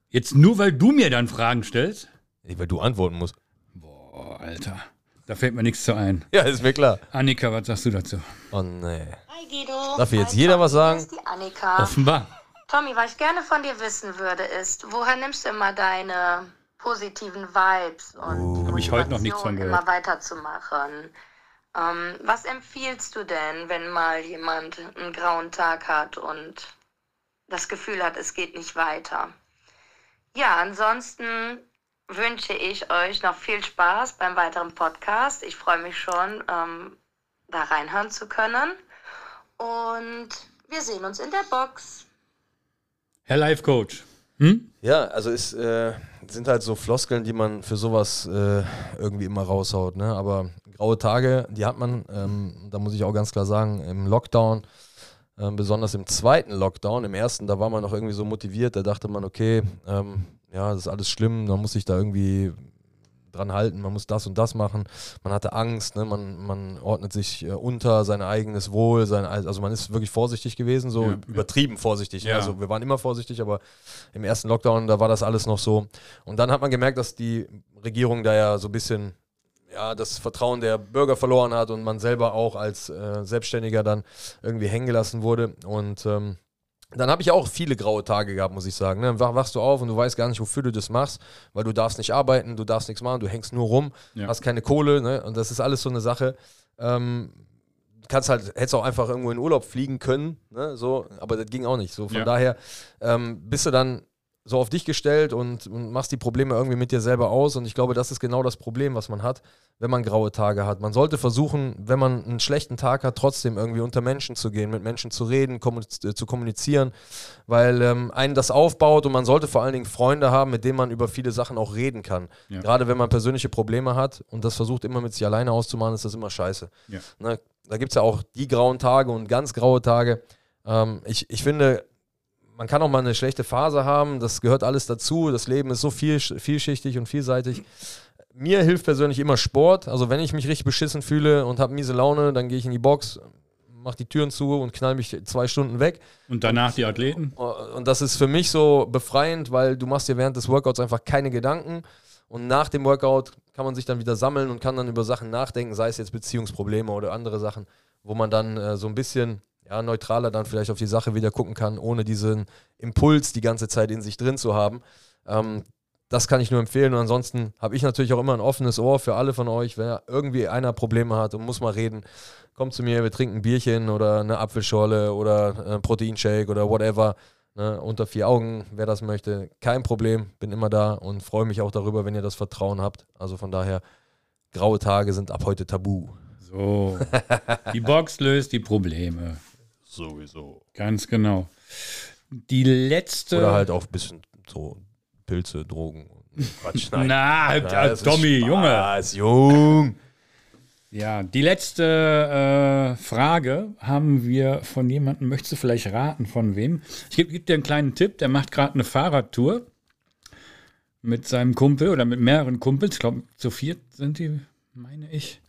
S2: jetzt nur, weil du mir dann Fragen stellst.
S1: Nee, Weil du antworten musst.
S2: Boah, Alter. Da fällt mir nichts zu ein.
S1: Ja, ist mir klar.
S2: Annika, was sagst du dazu?
S1: Oh nee.
S3: Hi Guido.
S1: Darf jetzt
S3: Hi,
S1: jeder
S3: Tommy,
S1: was sagen?
S3: Hier ist die
S1: Ah.
S3: Annika.
S2: Offenbar.
S3: Tommy, was ich gerne von dir wissen würde, ist, woher nimmst du immer deine positiven Vibes und
S2: Oh, Hab ich heute noch nichts von
S3: Motivation,
S2: gehört.
S3: immer weiterzumachen? Ähm, was empfiehlst du denn, wenn mal jemand einen grauen Tag hat und das Gefühl hat, es geht nicht weiter? Ja, ansonsten wünsche ich euch noch viel Spaß beim weiteren Podcast. Ich freue mich schon, ähm, da reinhören zu können. Und wir sehen uns in der Box.
S2: Herr Life Coach.
S1: Ja, also es äh, sind halt so Floskeln, die man für sowas äh, irgendwie immer raushaut. Ne? Aber graue Tage, die hat man, ähm, da muss ich auch ganz klar sagen, im Lockdown, ähm, besonders im zweiten Lockdown, im ersten, da war man noch irgendwie so motiviert, da dachte man, okay, ähm, ja, das ist alles schlimm, man muss sich da irgendwie dran halten, man muss das und das machen, man hatte Angst, ne? man, man ordnet sich äh, unter sein eigenes Wohl, sein, also man ist wirklich vorsichtig gewesen, so
S2: Ja, ja.
S1: übertrieben vorsichtig.
S2: Ja.
S1: Ne? Also wir waren immer vorsichtig, aber im ersten Lockdown, da war das alles noch so. Und dann hat man gemerkt, dass die Regierung da ja so ein bisschen ja, das Vertrauen der Bürger verloren hat und man selber auch als äh, Selbstständiger dann irgendwie hängen gelassen wurde. Und ähm, dann habe ich auch viele graue Tage gehabt, muss ich sagen. Ne? Dann wach- wachst du auf und du weißt gar nicht, wofür du das machst, weil du darfst nicht arbeiten, du darfst nichts machen, du hängst nur rum,
S2: Ja.
S1: hast keine Kohle ne? und das ist alles so eine Sache. Ähm, kannst halt, hättest auch einfach irgendwo in Urlaub fliegen können, ne? so, aber das ging auch nicht. So, von
S2: Ja.
S1: daher ähm, bist du dann so auf dich gestellt und, und machst die Probleme irgendwie mit dir selber aus. Und ich glaube, das ist genau das Problem, was man hat, wenn man graue Tage hat. Man sollte versuchen, wenn man einen schlechten Tag hat, trotzdem irgendwie unter Menschen zu gehen, mit Menschen zu reden, kommuniz äh, zu kommunizieren, weil ähm, einen das aufbaut und man sollte vor allen Dingen Freunde haben, mit denen man über viele Sachen auch reden kann.
S2: Ja.
S1: Gerade wenn man persönliche Probleme hat und das versucht immer mit sich alleine auszumachen, ist das immer scheiße.
S2: Ja.
S1: Ne, da gibt es ja auch die grauen Tage und ganz graue Tage. Ähm, ich, ich finde, man kann auch mal eine schlechte Phase haben, das gehört alles dazu. Das Leben ist so viel, vielschichtig und vielseitig. Mir hilft persönlich immer Sport. Also wenn ich mich richtig beschissen fühle und habe miese Laune, dann gehe ich in die Box, mache die Türen zu und knall mich zwei Stunden weg.
S2: Und danach die Athleten.
S1: Und das ist für mich so befreiend, weil du machst dir während des Workouts einfach keine Gedanken. Und nach dem Workout kann man sich dann wieder sammeln und kann dann über Sachen nachdenken, sei es jetzt Beziehungsprobleme oder andere Sachen, wo man dann äh, so ein bisschen ja, neutraler dann vielleicht auf die Sache wieder gucken kann, ohne diesen Impuls die ganze Zeit in sich drin zu haben. Ähm, das kann ich nur empfehlen. Und ansonsten habe ich natürlich auch immer ein offenes Ohr für alle von euch. Wenn irgendwie einer Probleme hat und muss mal reden, kommt zu mir, wir trinken ein Bierchen oder eine Apfelschorle oder äh, einen Proteinshake oder whatever. Ne, unter vier Augen, wer das möchte, kein Problem, bin immer da und freue mich auch darüber, wenn ihr das Vertrauen habt. Also von daher, graue Tage sind ab heute tabu.
S2: So. Die Box löst die Probleme.
S5: Sowieso.
S2: Ganz genau. Die letzte.
S1: Oder halt auch ein bisschen so Pilze, Drogen und Quatsch.
S2: Na, halt,
S1: Ja, das ist
S2: Tommy,
S1: Spaß,
S2: Junge.
S1: Jung.
S2: Ja, die letzte äh, Frage haben wir von jemandem. Möchtest du vielleicht raten, von wem? Ich gebe geb dir einen kleinen Tipp. Der macht gerade eine Fahrradtour mit seinem Kumpel oder mit mehreren Kumpels. Ich glaube, zu viert sind die, meine ich.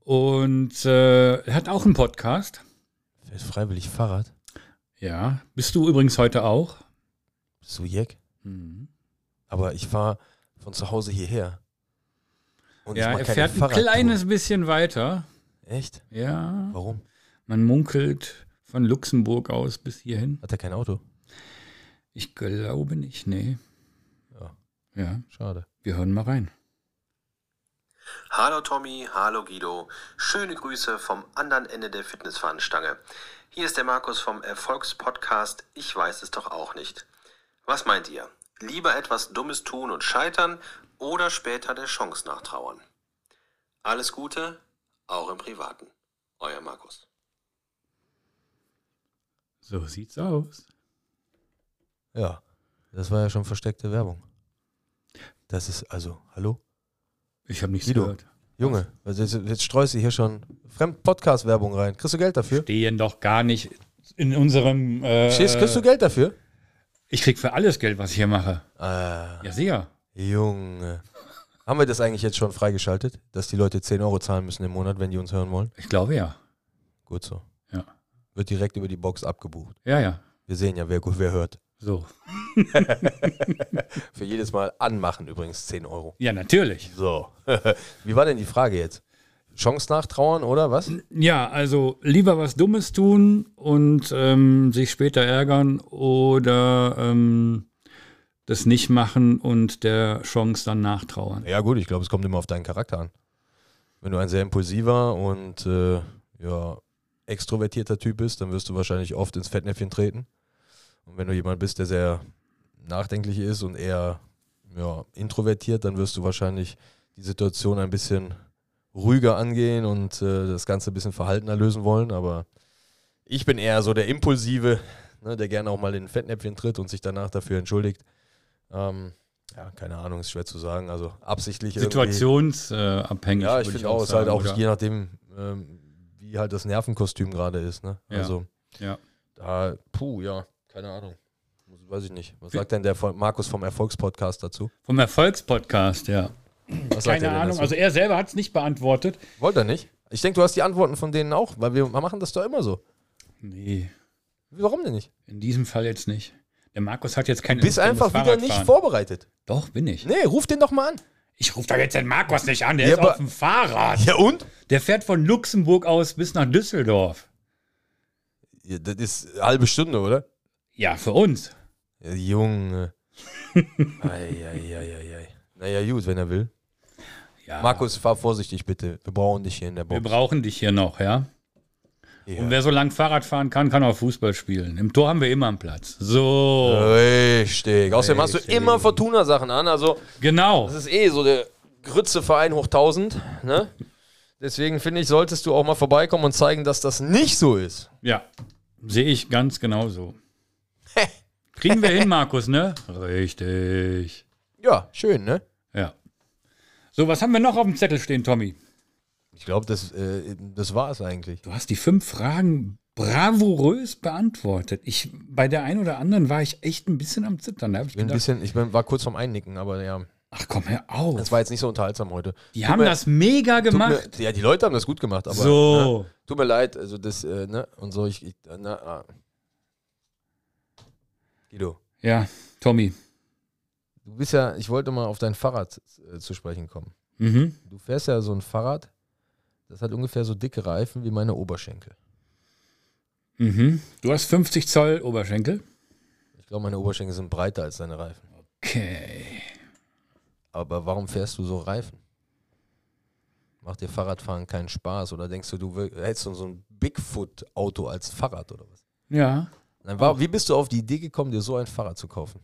S2: Und äh, er hat auch einen Podcast.
S1: Fährt freiwillig Fahrrad?
S2: Ja, bist du übrigens heute auch?
S1: Bist du Jack?
S2: Mhm.
S1: Aber ich fahre von zu Hause hierher. Und
S2: Ja,
S1: mach
S2: er
S1: keine
S2: fährt ein
S1: Fahrradtour.
S2: kleines bisschen weiter.
S1: Echt?
S2: Ja,
S1: Warum?
S2: man munkelt von Luxemburg aus bis hierhin.
S1: Hat er kein Auto?
S2: Ich glaube nicht, nee.
S1: Ja.
S2: Ja,
S1: Schade.
S2: wir hören mal rein.
S6: Hallo Tommy, hallo Guido. Schöne Grüße vom anderen Ende der Fitnessfahnenstange. Hier ist der Markus vom Erfolgspodcast Ich weiß es doch auch nicht. Was meint ihr? Lieber etwas Dummes tun und scheitern oder später der Chance nachtrauern? Alles Gute, auch im Privaten. Euer Markus.
S2: So sieht's aus.
S1: Ja, das war ja schon versteckte Werbung. Das ist also, hallo?
S2: Ich habe nichts
S1: Guido.
S2: gehört.
S1: Junge, also jetzt, jetzt streust du hier schon Fremd-Podcast-Werbung rein. Kriegst du Geld dafür?
S2: Stehen doch gar nicht in unserem. Äh,
S1: Stehst, kriegst du Geld dafür?
S2: Ich krieg für alles Geld, was ich hier mache.
S1: Ah,
S2: Ja, sicher.
S1: Junge. Haben wir das eigentlich jetzt schon freigeschaltet, dass die Leute 10 Euro zahlen müssen im Monat, wenn die uns hören wollen?
S2: Ich glaube ja.
S1: Gut so.
S2: Ja.
S1: Wird direkt über die Box abgebucht.
S2: Ja, ja.
S1: Wir sehen ja, wer, gut- wer hört.
S2: So.
S1: Für jedes Mal anmachen übrigens 10 Euro.
S2: Ja, natürlich.
S1: So. Wie war denn die Frage jetzt? Chance nachtrauern oder was?
S2: Ja, also lieber was Dummes tun und ähm, sich später ärgern oder ähm, das nicht machen und der Chance dann nachtrauern.
S1: Ja, gut, ich glaube, es kommt immer auf deinen Charakter an. Wenn du ein sehr impulsiver und äh, ja, extrovertierter Typ bist, dann wirst du wahrscheinlich oft ins Fettnäpfchen treten. Und wenn du jemand bist, der sehr nachdenklich ist und eher ja, introvertiert, dann wirst du wahrscheinlich die Situation ein bisschen ruhiger angehen und äh, das Ganze ein bisschen verhaltener lösen wollen. Aber ich bin eher so der Impulsive, ne, der gerne auch mal in ein Fettnäpfchen tritt und sich danach dafür entschuldigt. Ähm, ja, keine Ahnung, ist schwer zu sagen. Also absichtlich. irgendwie-
S2: Situationsabhängig.
S1: ja,
S2: würde
S1: ich finde auch, es ist halt
S2: sagen,
S1: auch
S2: oder?
S1: je nachdem, ähm, wie halt das Nervenkostüm gerade ist. Ne?
S2: Ja.
S1: Also,
S2: Ja.
S1: da, puh, ja, keine Ahnung. Muss- Weiß ich nicht. Was sagt denn der Vol- Markus vom Erfolgspodcast dazu?
S2: Vom Erfolgspodcast, ja.
S1: Was sagt er
S2: Keine
S1: denn
S2: Ahnung.
S1: dazu?
S2: Also er selber hat es nicht beantwortet.
S1: Wollt er nicht? Ich denke, du hast die Antworten von denen auch, weil wir machen das doch immer so.
S2: Nee,
S1: Warum denn nicht?
S2: in diesem Fall jetzt nicht. Der Markus hat jetzt keine
S1: Bist
S2: Lust, um das
S1: einfach wieder nicht
S2: Fahrradfahren.
S1: vorbereitet.
S2: Doch, bin ich.
S1: Nee, ruf den doch mal an.
S2: Ich rufe da jetzt den Markus nicht an, der
S1: Ja,
S2: ist
S1: aber-
S2: auf dem Fahrrad.
S1: Ja, und?
S2: Der fährt von Luxemburg aus bis nach Düsseldorf.
S1: Ja, das ist eine halbe Stunde, oder?
S2: Ja, für uns.
S1: Ja, Junge. Eieieiei. Naja, gut, wenn er will.
S2: Ja,
S1: Markus, fahr vorsichtig bitte. Wir brauchen dich hier in der
S2: wir
S1: Box.
S2: brauchen dich hier noch, ja?
S1: Ja.
S2: Und wer so lang Fahrrad fahren kann, kann auch Fußball spielen. Im Tor haben wir immer einen Platz. So,
S1: Richtig. Außerdem hast du
S2: Richtig.
S1: immer Fortuna-Sachen an. Also,
S2: genau.
S1: das ist eh so der Grütze-Verein hoch 1000. Ne? Deswegen finde ich, solltest du auch mal vorbeikommen und zeigen, dass das nicht so ist.
S2: Ja, sehe ich ganz genauso. Kriegen wir hin, Markus, ne? Richtig.
S1: Ja, schön, ne?
S2: Ja. So, was haben wir noch auf dem Zettel stehen, Tommy?
S1: Ich glaube, das, äh, das war es eigentlich.
S2: Du hast die fünf Fragen bravourös beantwortet. Ich, bei der einen oder anderen war ich echt ein bisschen am Zittern. Da hab ich
S1: Ich, bin ein
S2: gedacht,
S1: bisschen, ich bin, war kurz vorm Einnicken, aber ja,
S2: ach komm, hör auf.
S1: das war jetzt nicht so unterhaltsam heute.
S2: Die
S1: Tut
S2: haben
S1: mir-
S2: das mega
S1: tut mir-
S2: gemacht.
S1: Ja, die Leute haben das gut gemacht, aber ne,
S2: so.
S1: tut mir leid, also das, äh, ne, und so, ich, ich äh, na, ah. Guido.
S2: Ja, Tommy.
S1: Du bist ja, ich wollte mal auf dein Fahrrad äh, zu sprechen kommen.
S2: Mhm.
S1: Du fährst ja so ein Fahrrad, das hat ungefähr so dicke Reifen wie meine Oberschenkel.
S2: Mhm. Du hast 50 Zoll Oberschenkel.
S1: Ich glaube, meine Oberschenkel sind breiter als deine Reifen.
S2: Okay.
S1: Aber warum fährst du so Reifen? Macht dir Fahrradfahren keinen Spaß? Oder denkst du, du wür- hättest so ein Bigfoot-Auto als Fahrrad oder was?
S2: Ja.
S1: Nein, wa- wie bist du auf die Idee gekommen, dir so ein Fahrrad zu kaufen?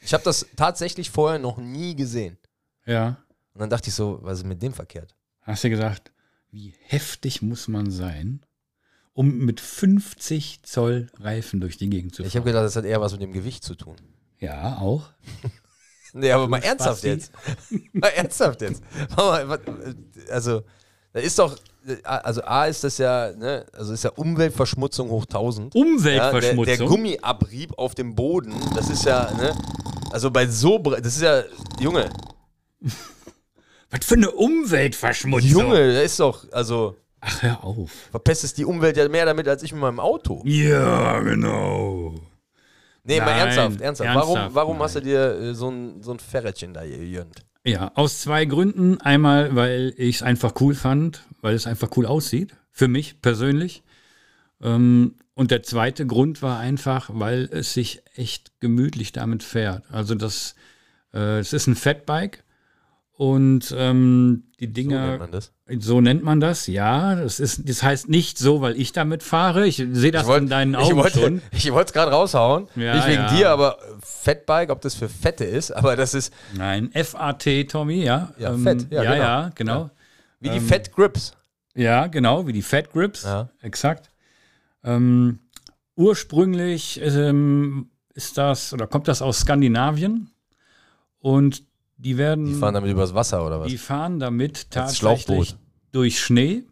S1: Ich habe das tatsächlich vorher noch nie gesehen.
S2: Ja.
S1: Und dann dachte ich so, was ist mit dem verkehrt?
S2: Hast du gesagt, wie heftig muss man sein, um mit 50 Zoll Reifen durch die Gegend zu
S1: Ich habe
S2: fahren?
S1: gedacht, das hat eher was mit dem Gewicht zu tun.
S2: Ja, auch.
S1: Nee, aber mal ernsthaft
S2: Spasti.
S1: jetzt. mal ernsthaft jetzt. Mal, was- also, da ist doch, also A ist das ja, ne, also ist ja Umweltverschmutzung hoch 1000.
S2: Umweltverschmutzung.
S1: Ja, der, der Gummiabrieb auf dem Boden, das ist ja, ne, also bei so, bre- das ist ja, Junge,
S2: Was für eine Umweltverschmutzung.
S1: Junge, da ist doch, also,
S2: Ach, hör auf.
S1: verpestest die Umwelt ja mehr damit, als ich mit meinem Auto.
S2: Ja, genau.
S1: Nee, mal
S2: Nein,
S1: ernsthaft, ernsthaft. warum
S2: ernsthaft,
S1: warum hast du
S2: nein.
S1: dir äh, so ein, so ein Ferretchen da gegönnt?
S2: Ja, aus zwei Gründen. Einmal, weil ich es einfach cool fand, weil es einfach cool aussieht, für mich persönlich. Ähm, und der zweite Grund war einfach, weil es sich echt gemütlich damit fährt. Also das, äh, es ist ein Fatbike und ähm, die
S1: So nennt
S2: Dinger,
S1: man das.
S2: so, nennt man das, ja. Das, ist, das heißt nicht so, weil ich damit fahre. Ich sehe das
S1: Ich wollt-
S2: in deinen
S1: ich
S2: Augen
S1: wollte,
S2: schon.
S1: Ich wollte es gerade raushauen.
S2: Ja,
S1: Nicht wegen
S2: ja.
S1: dir, aber Fatbike, ob das für Fette ist, aber das ist
S2: Nein, FAT, Tommy, ja. Ähm,
S1: Ja, Fett, ja,
S2: ja,
S1: genau.
S2: ja, genau.
S1: wie die Fat Grips.
S2: Ja, genau, wie die Fat Grips.
S1: Ja.
S2: Exakt. Ähm, ursprünglich ähm, ist das oder kommt das aus Skandinavien und die werden,
S1: Die fahren damit übers Wasser oder was?
S2: die fahren damit
S1: Als
S2: tatsächlich
S1: Schlauchboot.
S2: durch Schnee,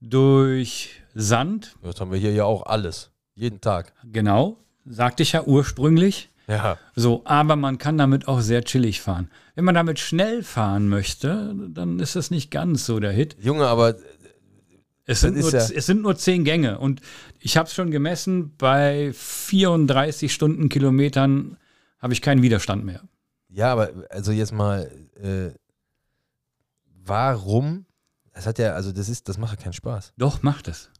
S2: durch Sand,
S1: Das haben wir hier ja auch alles. Jeden Tag.
S2: genau, sagte ich ja ursprünglich.
S1: Ja.
S2: So, aber man kann damit auch sehr chillig fahren. Wenn man damit schnell fahren möchte, dann ist das nicht ganz so der Hit.
S1: Junge, aber
S2: Es sind,
S1: ist
S2: nur,
S1: ja-
S2: es sind nur zehn Gänge und ich habe es schon gemessen, bei 34 Stundenkilometern habe ich keinen Widerstand mehr.
S1: Ja, aber also jetzt mal, äh, warum? Das hat ja, also das ist, das macht ja keinen Spaß.
S2: Doch, macht es.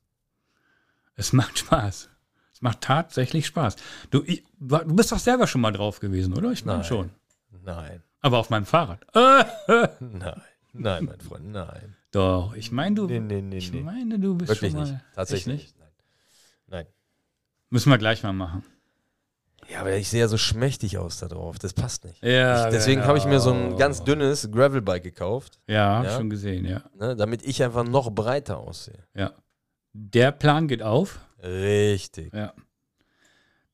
S2: Es macht Spaß. Es macht tatsächlich Spaß. Du, ich, du bist doch selber schon mal drauf gewesen, oder? Ich meine
S1: Nein.
S2: schon.
S1: Nein,
S2: Aber auf meinem Fahrrad. Äh,
S1: nein, nein, mein Freund, nein.
S2: doch, ich meine, du,
S1: Nee, nee, nee,
S2: ich
S1: nee.
S2: meine, du bist
S1: Wirklich
S2: schon mal.
S1: nicht.
S2: Echt
S1: Tatsächlich nicht. Nein. nein.
S2: Müssen wir gleich mal machen.
S1: Ja, aber ich sehe ja so schmächtig aus da drauf. Das passt nicht.
S2: Ja,
S1: ich, deswegen habe ich mir so ein
S2: genau.
S1: ganz dünnes Gravelbike gekauft,
S2: Ja, hab
S1: Ja?
S2: schon gesehen, ja.
S1: ne, damit ich einfach noch breiter aussehe.
S2: ja. Der Plan geht auf.
S1: Richtig.
S2: Ja.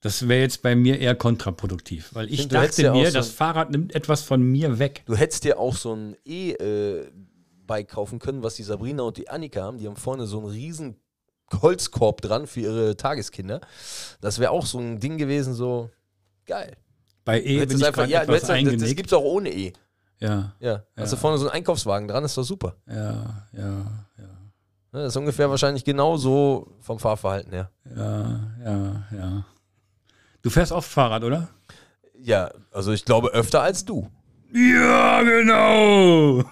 S2: Das wäre jetzt bei mir eher kontraproduktiv, weil ich
S1: Stimmt, du hättest
S2: dachte
S1: ja auch
S2: mir,
S1: so
S2: das
S1: ein-
S2: Fahrrad nimmt etwas von mir weg.
S1: Du hättest dir auch so ein E-Bike kaufen können, was die Sabrina und die Annika haben. Die haben vorne so einen riesen Holzkorb dran für ihre Tageskinder. Das wäre auch so ein Ding gewesen, so geil.
S2: Bei
S1: Du
S2: E bin
S1: hättest
S2: ich
S1: einfach,
S2: gerade
S1: ja, du
S2: etwas
S1: hättest, halt- das, das
S2: eingenickt.
S1: gibt's auch ohne E.
S2: Ja,
S1: Ja. Hast du
S2: Ja.
S1: vorne so einen Einkaufswagen dran, ist doch super.
S2: ja, ja, ja,
S1: Ne, Das ist ungefähr wahrscheinlich genauso vom Fahrverhalten her.
S2: ja, ja, ja. Du fährst oft Fahrrad, oder?
S1: Ja, also ich glaube öfter als du.
S2: Ja, genau.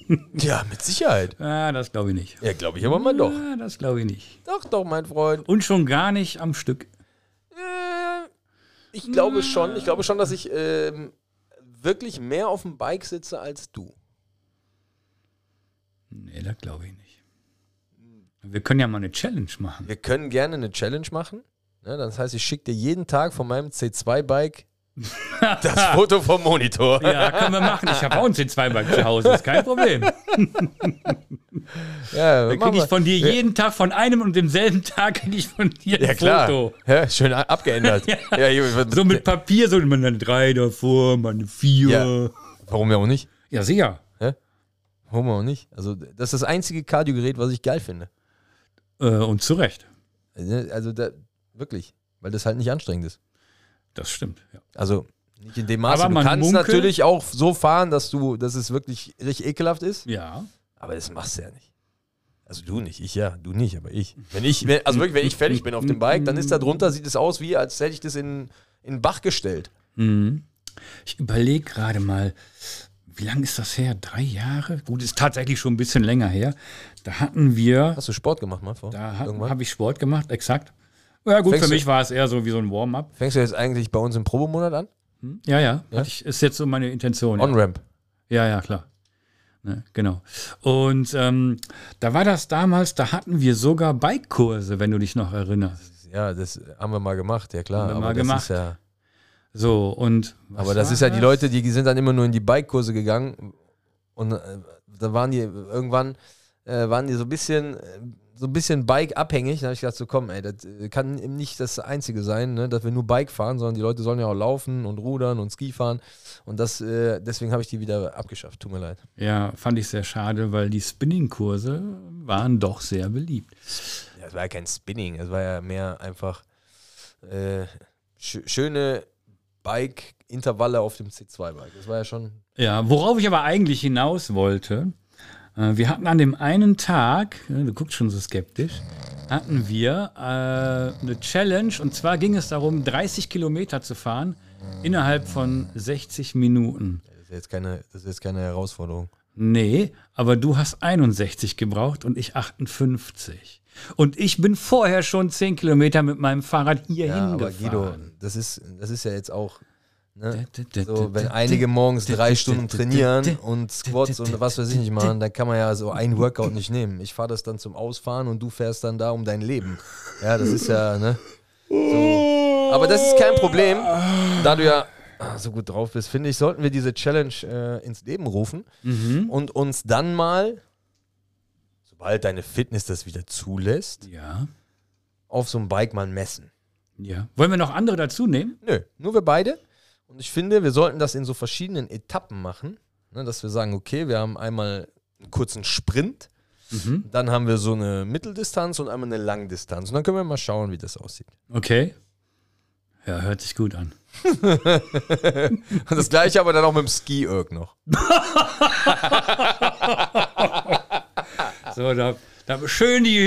S1: Ja, mit Sicherheit.
S2: ah, das glaube ich nicht.
S1: Ja, glaube ich aber mal doch.
S2: Ah, das glaube ich nicht.
S1: Doch, doch, mein Freund.
S2: Und schon gar nicht am Stück.
S1: Äh, Ich glaube schon, ich glaube schon, dass ich ähm, wirklich mehr auf dem Bike sitze als du.
S2: Nee, das glaube ich nicht. Wir können ja mal eine Challenge machen.
S1: Wir können gerne eine Challenge machen. Ne? Das heißt, ich schicke dir jeden Tag von meinem C2-Bike das Foto vom Monitor.
S2: Ja, können wir machen. Ich habe auch einen C2-Bike zu Hause, ist kein Problem.
S1: Ja,
S2: Dann
S1: machen
S2: kriege ich
S1: wir.
S2: von dir
S1: Ja,
S2: jeden Tag, von einem und demselben Tag kriege ich von dir ein
S1: Ja, klar.
S2: Foto.
S1: Ja, schön a- abgeändert. ja. hier-
S2: So mit Papier, so mal eine 3 davor, mal eine 4. Ja,
S1: Ja. Warum ja auch nicht?
S2: sicher.
S1: Warum auch nicht? Also, das ist das einzige Cardio-Gerät, was ich geil finde.
S2: Äh, und zu Recht.
S1: Also, da, wirklich. Weil das halt nicht anstrengend ist.
S2: Das stimmt. Ja.
S1: Also nicht in dem Maße.
S2: Aber
S1: du
S2: man
S1: kannst
S2: munkelt-
S1: natürlich auch so fahren, dass du, dass es wirklich richtig ekelhaft ist.
S2: ja.
S1: Aber das machst du ja nicht. Also du nicht, ich ja, du nicht, aber ich. Wenn ich, wenn, also wirklich, wenn ich fertig bin auf dem Bike, dann ist da drunter, sieht es aus wie, als hätte ich das in, in den Bach gestellt.
S2: Mhm. Ich überlege gerade mal, wie lange ist das her? Drei Jahre? Gut, ist tatsächlich schon ein bisschen länger her. Da hatten wir,
S1: Hast du Sport gemacht mal vor?
S2: da
S1: Irgendwann?
S2: habe ich Sport gemacht, exakt. Ja gut,
S1: Fängst
S2: für
S1: du-
S2: mich war es eher so wie so ein Warm-up.
S1: Fängst du jetzt eigentlich bei uns im Probemonat an?
S2: Ja, ja, Hatte ich, ist jetzt so meine Intention. ja.
S1: On-Ramp.
S2: Ja, ja, klar. Ne, genau. Und ähm, da war das damals, da hatten wir sogar Bike-Kurse, wenn du dich noch erinnerst.
S1: Ja, das haben wir mal gemacht, ja klar.
S2: Haben wir
S1: aber
S2: mal
S1: das
S2: gemacht.
S1: ist ja,
S2: So, und. was
S1: aber das
S2: war
S1: ist ja die Leute, die sind dann immer nur in die Bike-Kurse gegangen und äh, da waren die irgendwann äh, waren die so ein bisschen äh, so ein bisschen Bike abhängig. Da habe ich gedacht so komm, ey, das äh, kann eben nicht das einzige sein, ne, dass wir nur Bike fahren, sondern die Leute sollen ja auch laufen und rudern und Ski fahren und das äh, deswegen habe ich die wieder abgeschafft. Tut mir leid.
S2: Ja, fand ich sehr schade, weil die Spinning-Kurse waren doch sehr beliebt.
S1: Ja, es war ja kein Spinning, es war ja mehr einfach äh, schö- schöne Bike Intervalle auf dem C2 Bike. Das war ja schon
S2: Ja, worauf ich aber eigentlich hinaus wollte, äh, wir hatten an dem einen Tag, ja, du guckst schon so skeptisch, hatten wir äh, eine Challenge und zwar ging es darum, 30 Kilometer zu fahren innerhalb von 60 Minuten.
S1: Das ist jetzt keine, das ist jetzt keine Herausforderung.
S2: Nee, aber du hast 61 gebraucht und ich 58. Und ich bin vorher schon 10 Kilometer mit meinem Fahrrad hier
S1: Ja, aber Guido,
S2: hingefahren.
S1: das ist, das ist ja jetzt auch. Ne?
S2: Guido,
S1: So, wenn einige morgens drei Stunden trainieren und Squats und was weiß ich nicht machen, dann kann man ja so ein Workout nicht nehmen. Ich fahre das dann zum Ausfahren und du fährst dann da um dein Leben. Ja, das ist ja, ne? So. Aber das ist kein Problem. Da du ja ah, so gut drauf bist, finde ich, sollten wir diese Challenge äh, ins Leben rufen und uns dann mal, sobald deine Fitness das wieder zulässt,
S2: Ja,
S1: auf so einem Bike mal messen.
S2: ja. Wollen wir noch andere dazu nehmen?
S1: Nö, nur wir beide. Und ich finde, wir sollten das in so verschiedenen Etappen machen, ne, dass wir sagen, okay, wir haben einmal einen kurzen Sprint,
S2: Mhm.
S1: dann haben wir so eine Mitteldistanz und einmal eine Langdistanz. Und dann können wir mal schauen, wie das aussieht.
S2: Okay. Ja, hört sich gut an.
S1: Und das gleiche aber dann auch mit dem Ski-Irk noch. Ah.
S2: So, da, da haben wir schön die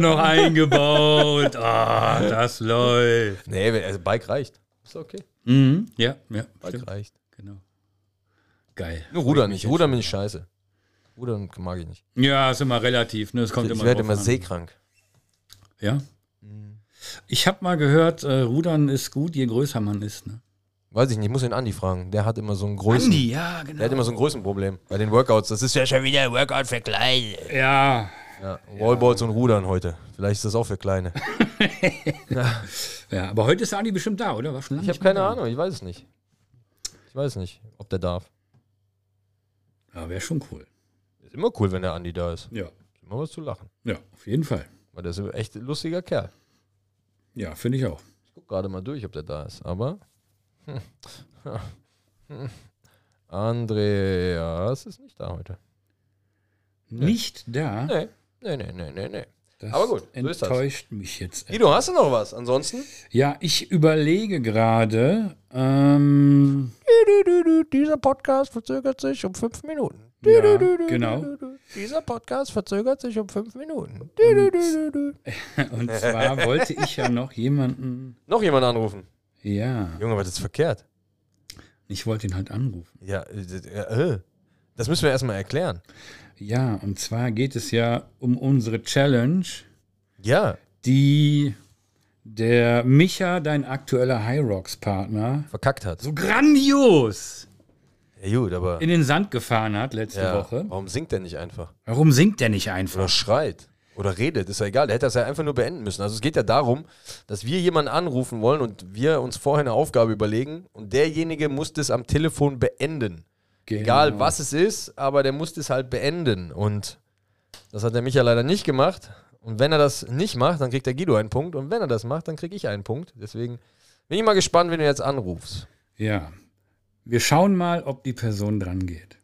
S2: noch eingebaut. Ah, das läuft.
S1: Nee, also Bike reicht. Ist okay.
S2: Mhm. Ja, ja.
S1: Bike
S2: Stimmt.
S1: reicht.
S2: Genau. Geil.
S1: Nur Ruder nicht. Ruder bin ich scheiße. Rudern mag ich nicht.
S2: Ja, ist immer relativ. Ne? Es kommt
S1: ich
S2: immer
S1: werde
S2: drauf
S1: immer
S2: an.
S1: seekrank.
S2: Ja. Mhm. Ich habe mal gehört, äh, Rudern ist gut, je größer man ist. Ne?
S1: Weiß ich nicht, ich muss den Andi fragen. Der hat immer so einen Größen.
S2: ja,
S1: Der
S2: genau.
S1: hat immer so ein Größenproblem bei den Workouts. Das ist ja schon wieder ein Workout für Kleine.
S2: Ja,
S1: Ja, Wallballs und Rudern heute. Vielleicht ist das auch für Kleine.
S2: ja. Aber heute ist Andi bestimmt da, oder? War schon lange
S1: Ich habe keine Ahnung, ich weiß es nicht. Ich weiß nicht, ob der darf.
S2: Ja, wäre schon cool.
S1: Ist immer cool, wenn der Andi da ist.
S2: Ja.
S1: Ist immer was zu lachen.
S2: Ja, auf jeden Fall.
S1: Weil der ist ein echt lustiger Kerl.
S2: Ja, finde ich auch.
S1: Ich guck gerade mal durch, ob der da ist. Aber. Hm. Ja. Hm. Andreas ist nicht da heute.
S2: Nicht da.
S1: Nee, nee, nee, nee, nee, nee.
S2: Das
S1: Aber gut, so ist das.
S2: enttäuscht mich jetzt.
S1: Guido, hast du noch was? Ansonsten?
S2: Ja, ich überlege gerade. Ähm,
S1: Dieser Podcast verzögert sich um fünf Minuten.
S2: ja, genau.
S1: Dieser Podcast verzögert sich um fünf Minuten.
S2: Und zwar wollte ich ja noch jemanden.
S1: Noch jemand anrufen.
S2: Ja,
S1: Junge, was ist verkehrt?
S2: ich wollte ihn halt anrufen.
S1: Ja, äh, äh, äh. das müssen wir erstmal erklären.
S2: Ja, und zwar geht es ja um unsere Challenge,
S1: Ja,
S2: die der Micha, dein aktueller High Rocks Partner,
S1: verkackt hat.
S2: so grandios
S1: Ja, gut, aber
S2: in den Sand gefahren hat letzte
S1: ja,
S2: Woche.
S1: warum singt der nicht einfach?
S2: Warum singt der nicht
S1: Oder
S2: einfach?
S1: schreit. Oder redet, ist ja egal. Der hätte das ja einfach nur beenden müssen. Also es geht ja darum, dass wir jemanden anrufen wollen und wir uns vorher eine Aufgabe überlegen und derjenige muss das am Telefon beenden.
S2: Genau.
S1: Egal was es ist, aber der muss das halt beenden. Und das hat der Micha leider nicht gemacht. Und wenn er das nicht macht, dann kriegt der Guido einen Punkt. Und wenn er das macht, dann kriege ich einen Punkt. Deswegen bin ich mal gespannt, wenn du jetzt anrufst.
S2: Ja. Wir schauen mal, ob die Person dran geht.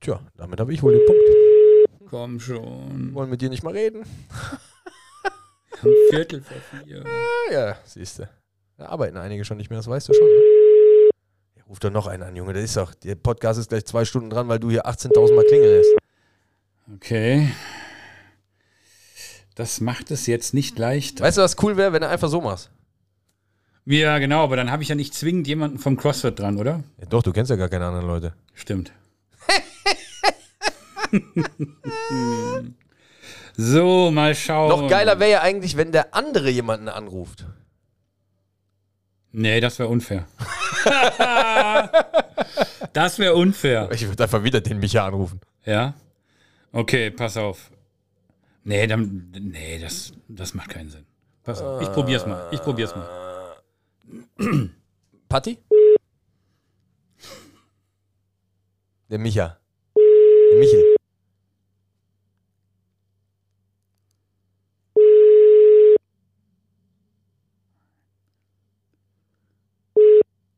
S1: Tja, damit habe ich wohl den Punkt.
S2: Komm schon.
S1: Wir wollen mit dir nicht mal reden.
S2: Um Viertel vor vier.
S1: Ah ja, siehst du. Da arbeiten einige schon nicht mehr, das weißt du schon. Ne? Ja, ruf doch noch einen an, Junge. Das ist doch, der Podcast ist gleich zwei Stunden dran, weil du hier 18.000 Mal klingeln lässt.
S2: Okay. Das macht es jetzt nicht leichter.
S1: Weißt du, was cool wäre, wenn du einfach so machst?
S2: Ja, genau, aber dann habe ich ja nicht zwingend jemanden vom CrossFit dran, oder?
S1: Ja, doch, du kennst ja gar keine anderen Leute.
S2: Stimmt. so, mal schauen.
S1: Noch geiler wäre ja eigentlich, wenn der andere jemanden anruft.
S2: Nee, das wäre unfair. das wäre unfair.
S1: Ich würde einfach wieder den Micha anrufen.
S2: Ja? Okay, pass auf. Nee, dann, nee das, das macht keinen Sinn. Pass auf. Ich probier's mal. Ich probier's mal.
S1: Patti? Der Micha. Der Michel.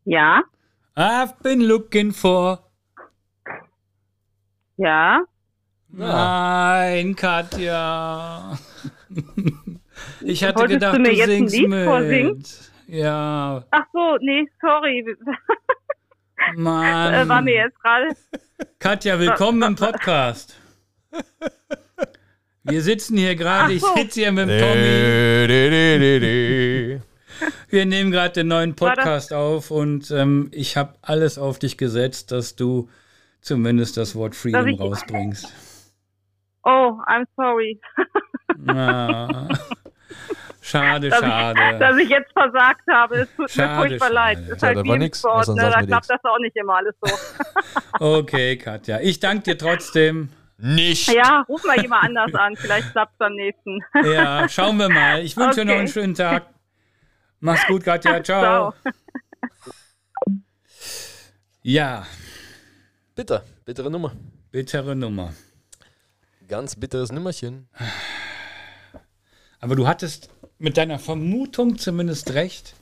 S7: Ja,
S2: I've been looking for
S7: ja.
S2: Nein, Katja. Ich hatte
S7: Wolltest
S2: gedacht,
S7: du
S2: du,
S7: mir jetzt ein
S2: singst
S7: Lied
S2: mit.
S7: vorsingen? Äh,
S2: Ja,
S7: Ach so, Oh, nee, sorry.
S2: Mann.
S7: Äh, war mir jetzt gerade.
S2: Katja, willkommen im Podcast. Wir sitzen hier gerade, ich
S7: Ach so.
S2: sitze hier mit dem Tommy.
S1: Tommy.
S2: Wir nehmen gerade den neuen
S7: War das-
S2: Podcast auf und ähm, ich habe alles auf dich gesetzt, dass du zumindest das Wort Freedom
S7: Darf ich-
S2: rausbringst.
S7: Oh, I'm sorry,
S2: Ah. Schade,
S7: dass ich,
S2: schade.
S7: dass ich jetzt versagt habe. Es tut
S2: Schade,
S7: mir furchtbar
S2: schade.
S7: leid. Ist halt
S1: da
S7: wie
S1: war
S7: im
S1: nix,
S7: Sport,
S1: außer
S7: ne?
S1: sonst
S7: Da
S1: mit
S7: klappt
S1: nix.
S7: das auch nicht immer alles so.
S2: Okay, Katja. Ich danke dir trotzdem.
S1: Nicht.
S7: Ja, ruf mal jemand anders an. Vielleicht klappt es am nächsten.
S2: Ja, schauen wir mal. Ich wünsche dir noch
S7: Okay.
S2: einen schönen Tag. Mach's gut, Katja. Ciao. Ja,
S1: Bitter. Bittere Nummer.
S2: bittere Nummer.
S1: Ganz bitteres Nimmerchen.
S2: Aber du hattest mit deiner Vermutung zumindest recht.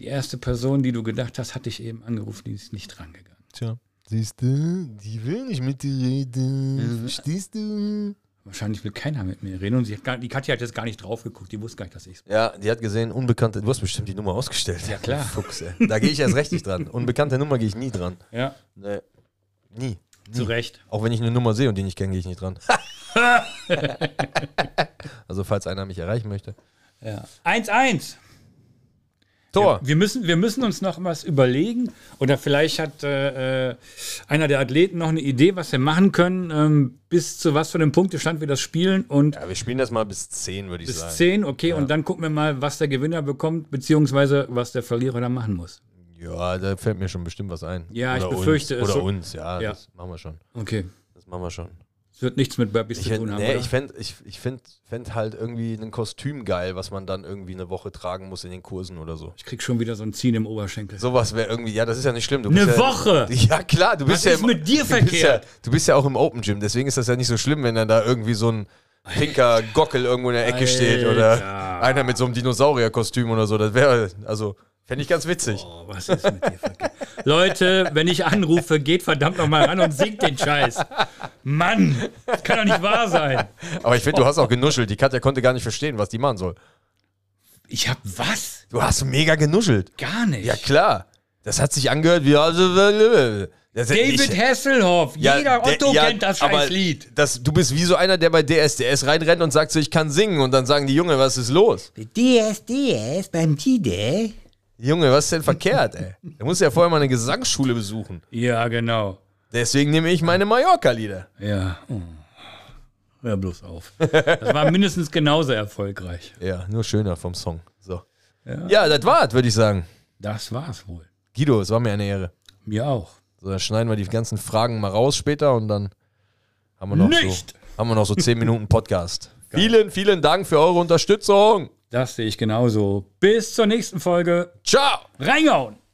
S2: Die erste Person, die du gedacht hast, hatte ich eben angerufen, die ist nicht rangegangen.
S1: Tja. Siehst du, die will nicht mit dir reden. Verstehst du?
S2: Wahrscheinlich will keiner mit mir reden. Und sie hat gar, die Katja hat jetzt gar nicht drauf geguckt. Die wusste gar nicht, dass ich es
S1: Ja, die hat gesehen, unbekannte. Du hast bestimmt die Nummer ausgestellt. Ja,
S2: klar.
S1: Fuchs, ey. Da gehe ich erst recht nicht dran. Unbekannte Nummer gehe ich nie dran.
S2: Ja,
S1: Nee. Nie.
S2: zu Recht.
S1: Auch wenn ich eine Nummer sehe und die nicht kenne, gehe ich nicht dran. also, falls einer mich erreichen möchte.
S2: 1-1.
S1: Tor.
S2: Wir müssen, wir müssen uns noch was überlegen. Oder vielleicht hat äh, äh, einer der Athleten noch eine Idee, was wir machen können, ähm, bis zu was für einem Punktestand wir das spielen. Und
S1: Ja, wir spielen das mal bis 10, würde ich
S2: bis
S1: sagen.
S2: 10, okay. Und dann gucken wir mal, was der Gewinner bekommt, beziehungsweise was der Verlierer dann machen muss.
S1: Ja, da fällt mir schon bestimmt was ein.
S2: Ja, ich befürchte
S1: uns.
S2: es
S1: Oder
S2: so-
S1: uns, ja,
S2: Ja.
S1: Das machen wir schon.
S2: Okay.
S1: Das machen wir schon.
S2: Es wird nichts mit Burpees
S1: Ich
S2: zu
S1: fände
S2: tun haben.
S1: nee,
S2: oder?
S1: ich fänd, ich, ich find, fänd halt irgendwie ein Kostüm geil, was man dann irgendwie eine Woche tragen muss in den Kursen oder so.
S2: ich krieg schon wieder so ein Ziehen im Oberschenkel.
S1: Sowas wäre irgendwie, ja, das ist ja nicht schlimm. Du
S2: Eine
S1: bist ja,
S2: Woche?
S1: Ja, klar, du bist
S2: Was
S1: ja.
S2: ist mit dir
S1: du bist ja,
S2: verkehrt?
S1: du bist ja auch im Open Gym, deswegen ist das ja nicht so schlimm, wenn dann da irgendwie so ein pinker Gockel irgendwo in der Ecke steht oder
S2: Alter.
S1: einer mit so einem Dinosaurierkostüm oder so. Das wäre, also, fände ich ganz witzig.
S2: Oh, was ist mit dir verkehrt? Leute, wenn ich anrufe, geht verdammt nochmal ran und singt den Scheiß. Mann, das kann doch nicht wahr sein.
S1: Aber ich finde, du hast auch genuschelt. Die Katja konnte gar nicht verstehen, was die machen soll.
S2: Ich hab was?
S1: Du hast mega genuschelt.
S2: Gar nicht.
S1: Ja, klar. Das hat sich angehört wie. also, äh, Das
S2: David
S1: ich-
S2: Hasselhoff,
S1: Ja,
S2: jeder
S1: der-
S2: Otto
S1: ja,
S2: kennt das
S1: aber
S2: scheiß Lied.
S1: Das, du bist wie so einer, der bei DSDS reinrennt und sagt so, ich kann singen. Und dann sagen die, Junge, was ist los?
S8: DSDS beim Tide.
S1: Junge, was ist denn verkehrt, ey? Du musst ja vorher mal eine Gesangsschule besuchen.
S2: Ja, genau.
S1: Deswegen nehme ich meine Mallorca-Lieder.
S2: Ja. Oh. Hör bloß auf. Das war mindestens genauso erfolgreich.
S1: Ja, nur schöner vom Song. So. Ja, das war's, würde ich sagen.
S2: Das war's wohl.
S1: Guido, es war mir eine Ehre.
S2: Mir auch.
S1: So, dann schneiden wir die ganzen Fragen mal raus später und dann haben wir noch,
S2: Nicht.
S1: So, haben wir noch so 10 Minuten Podcast. Vielen, vielen Dank für eure Unterstützung.
S2: Das sehe ich genauso. Bis zur nächsten Folge.
S1: Ciao!
S2: Reingehauen!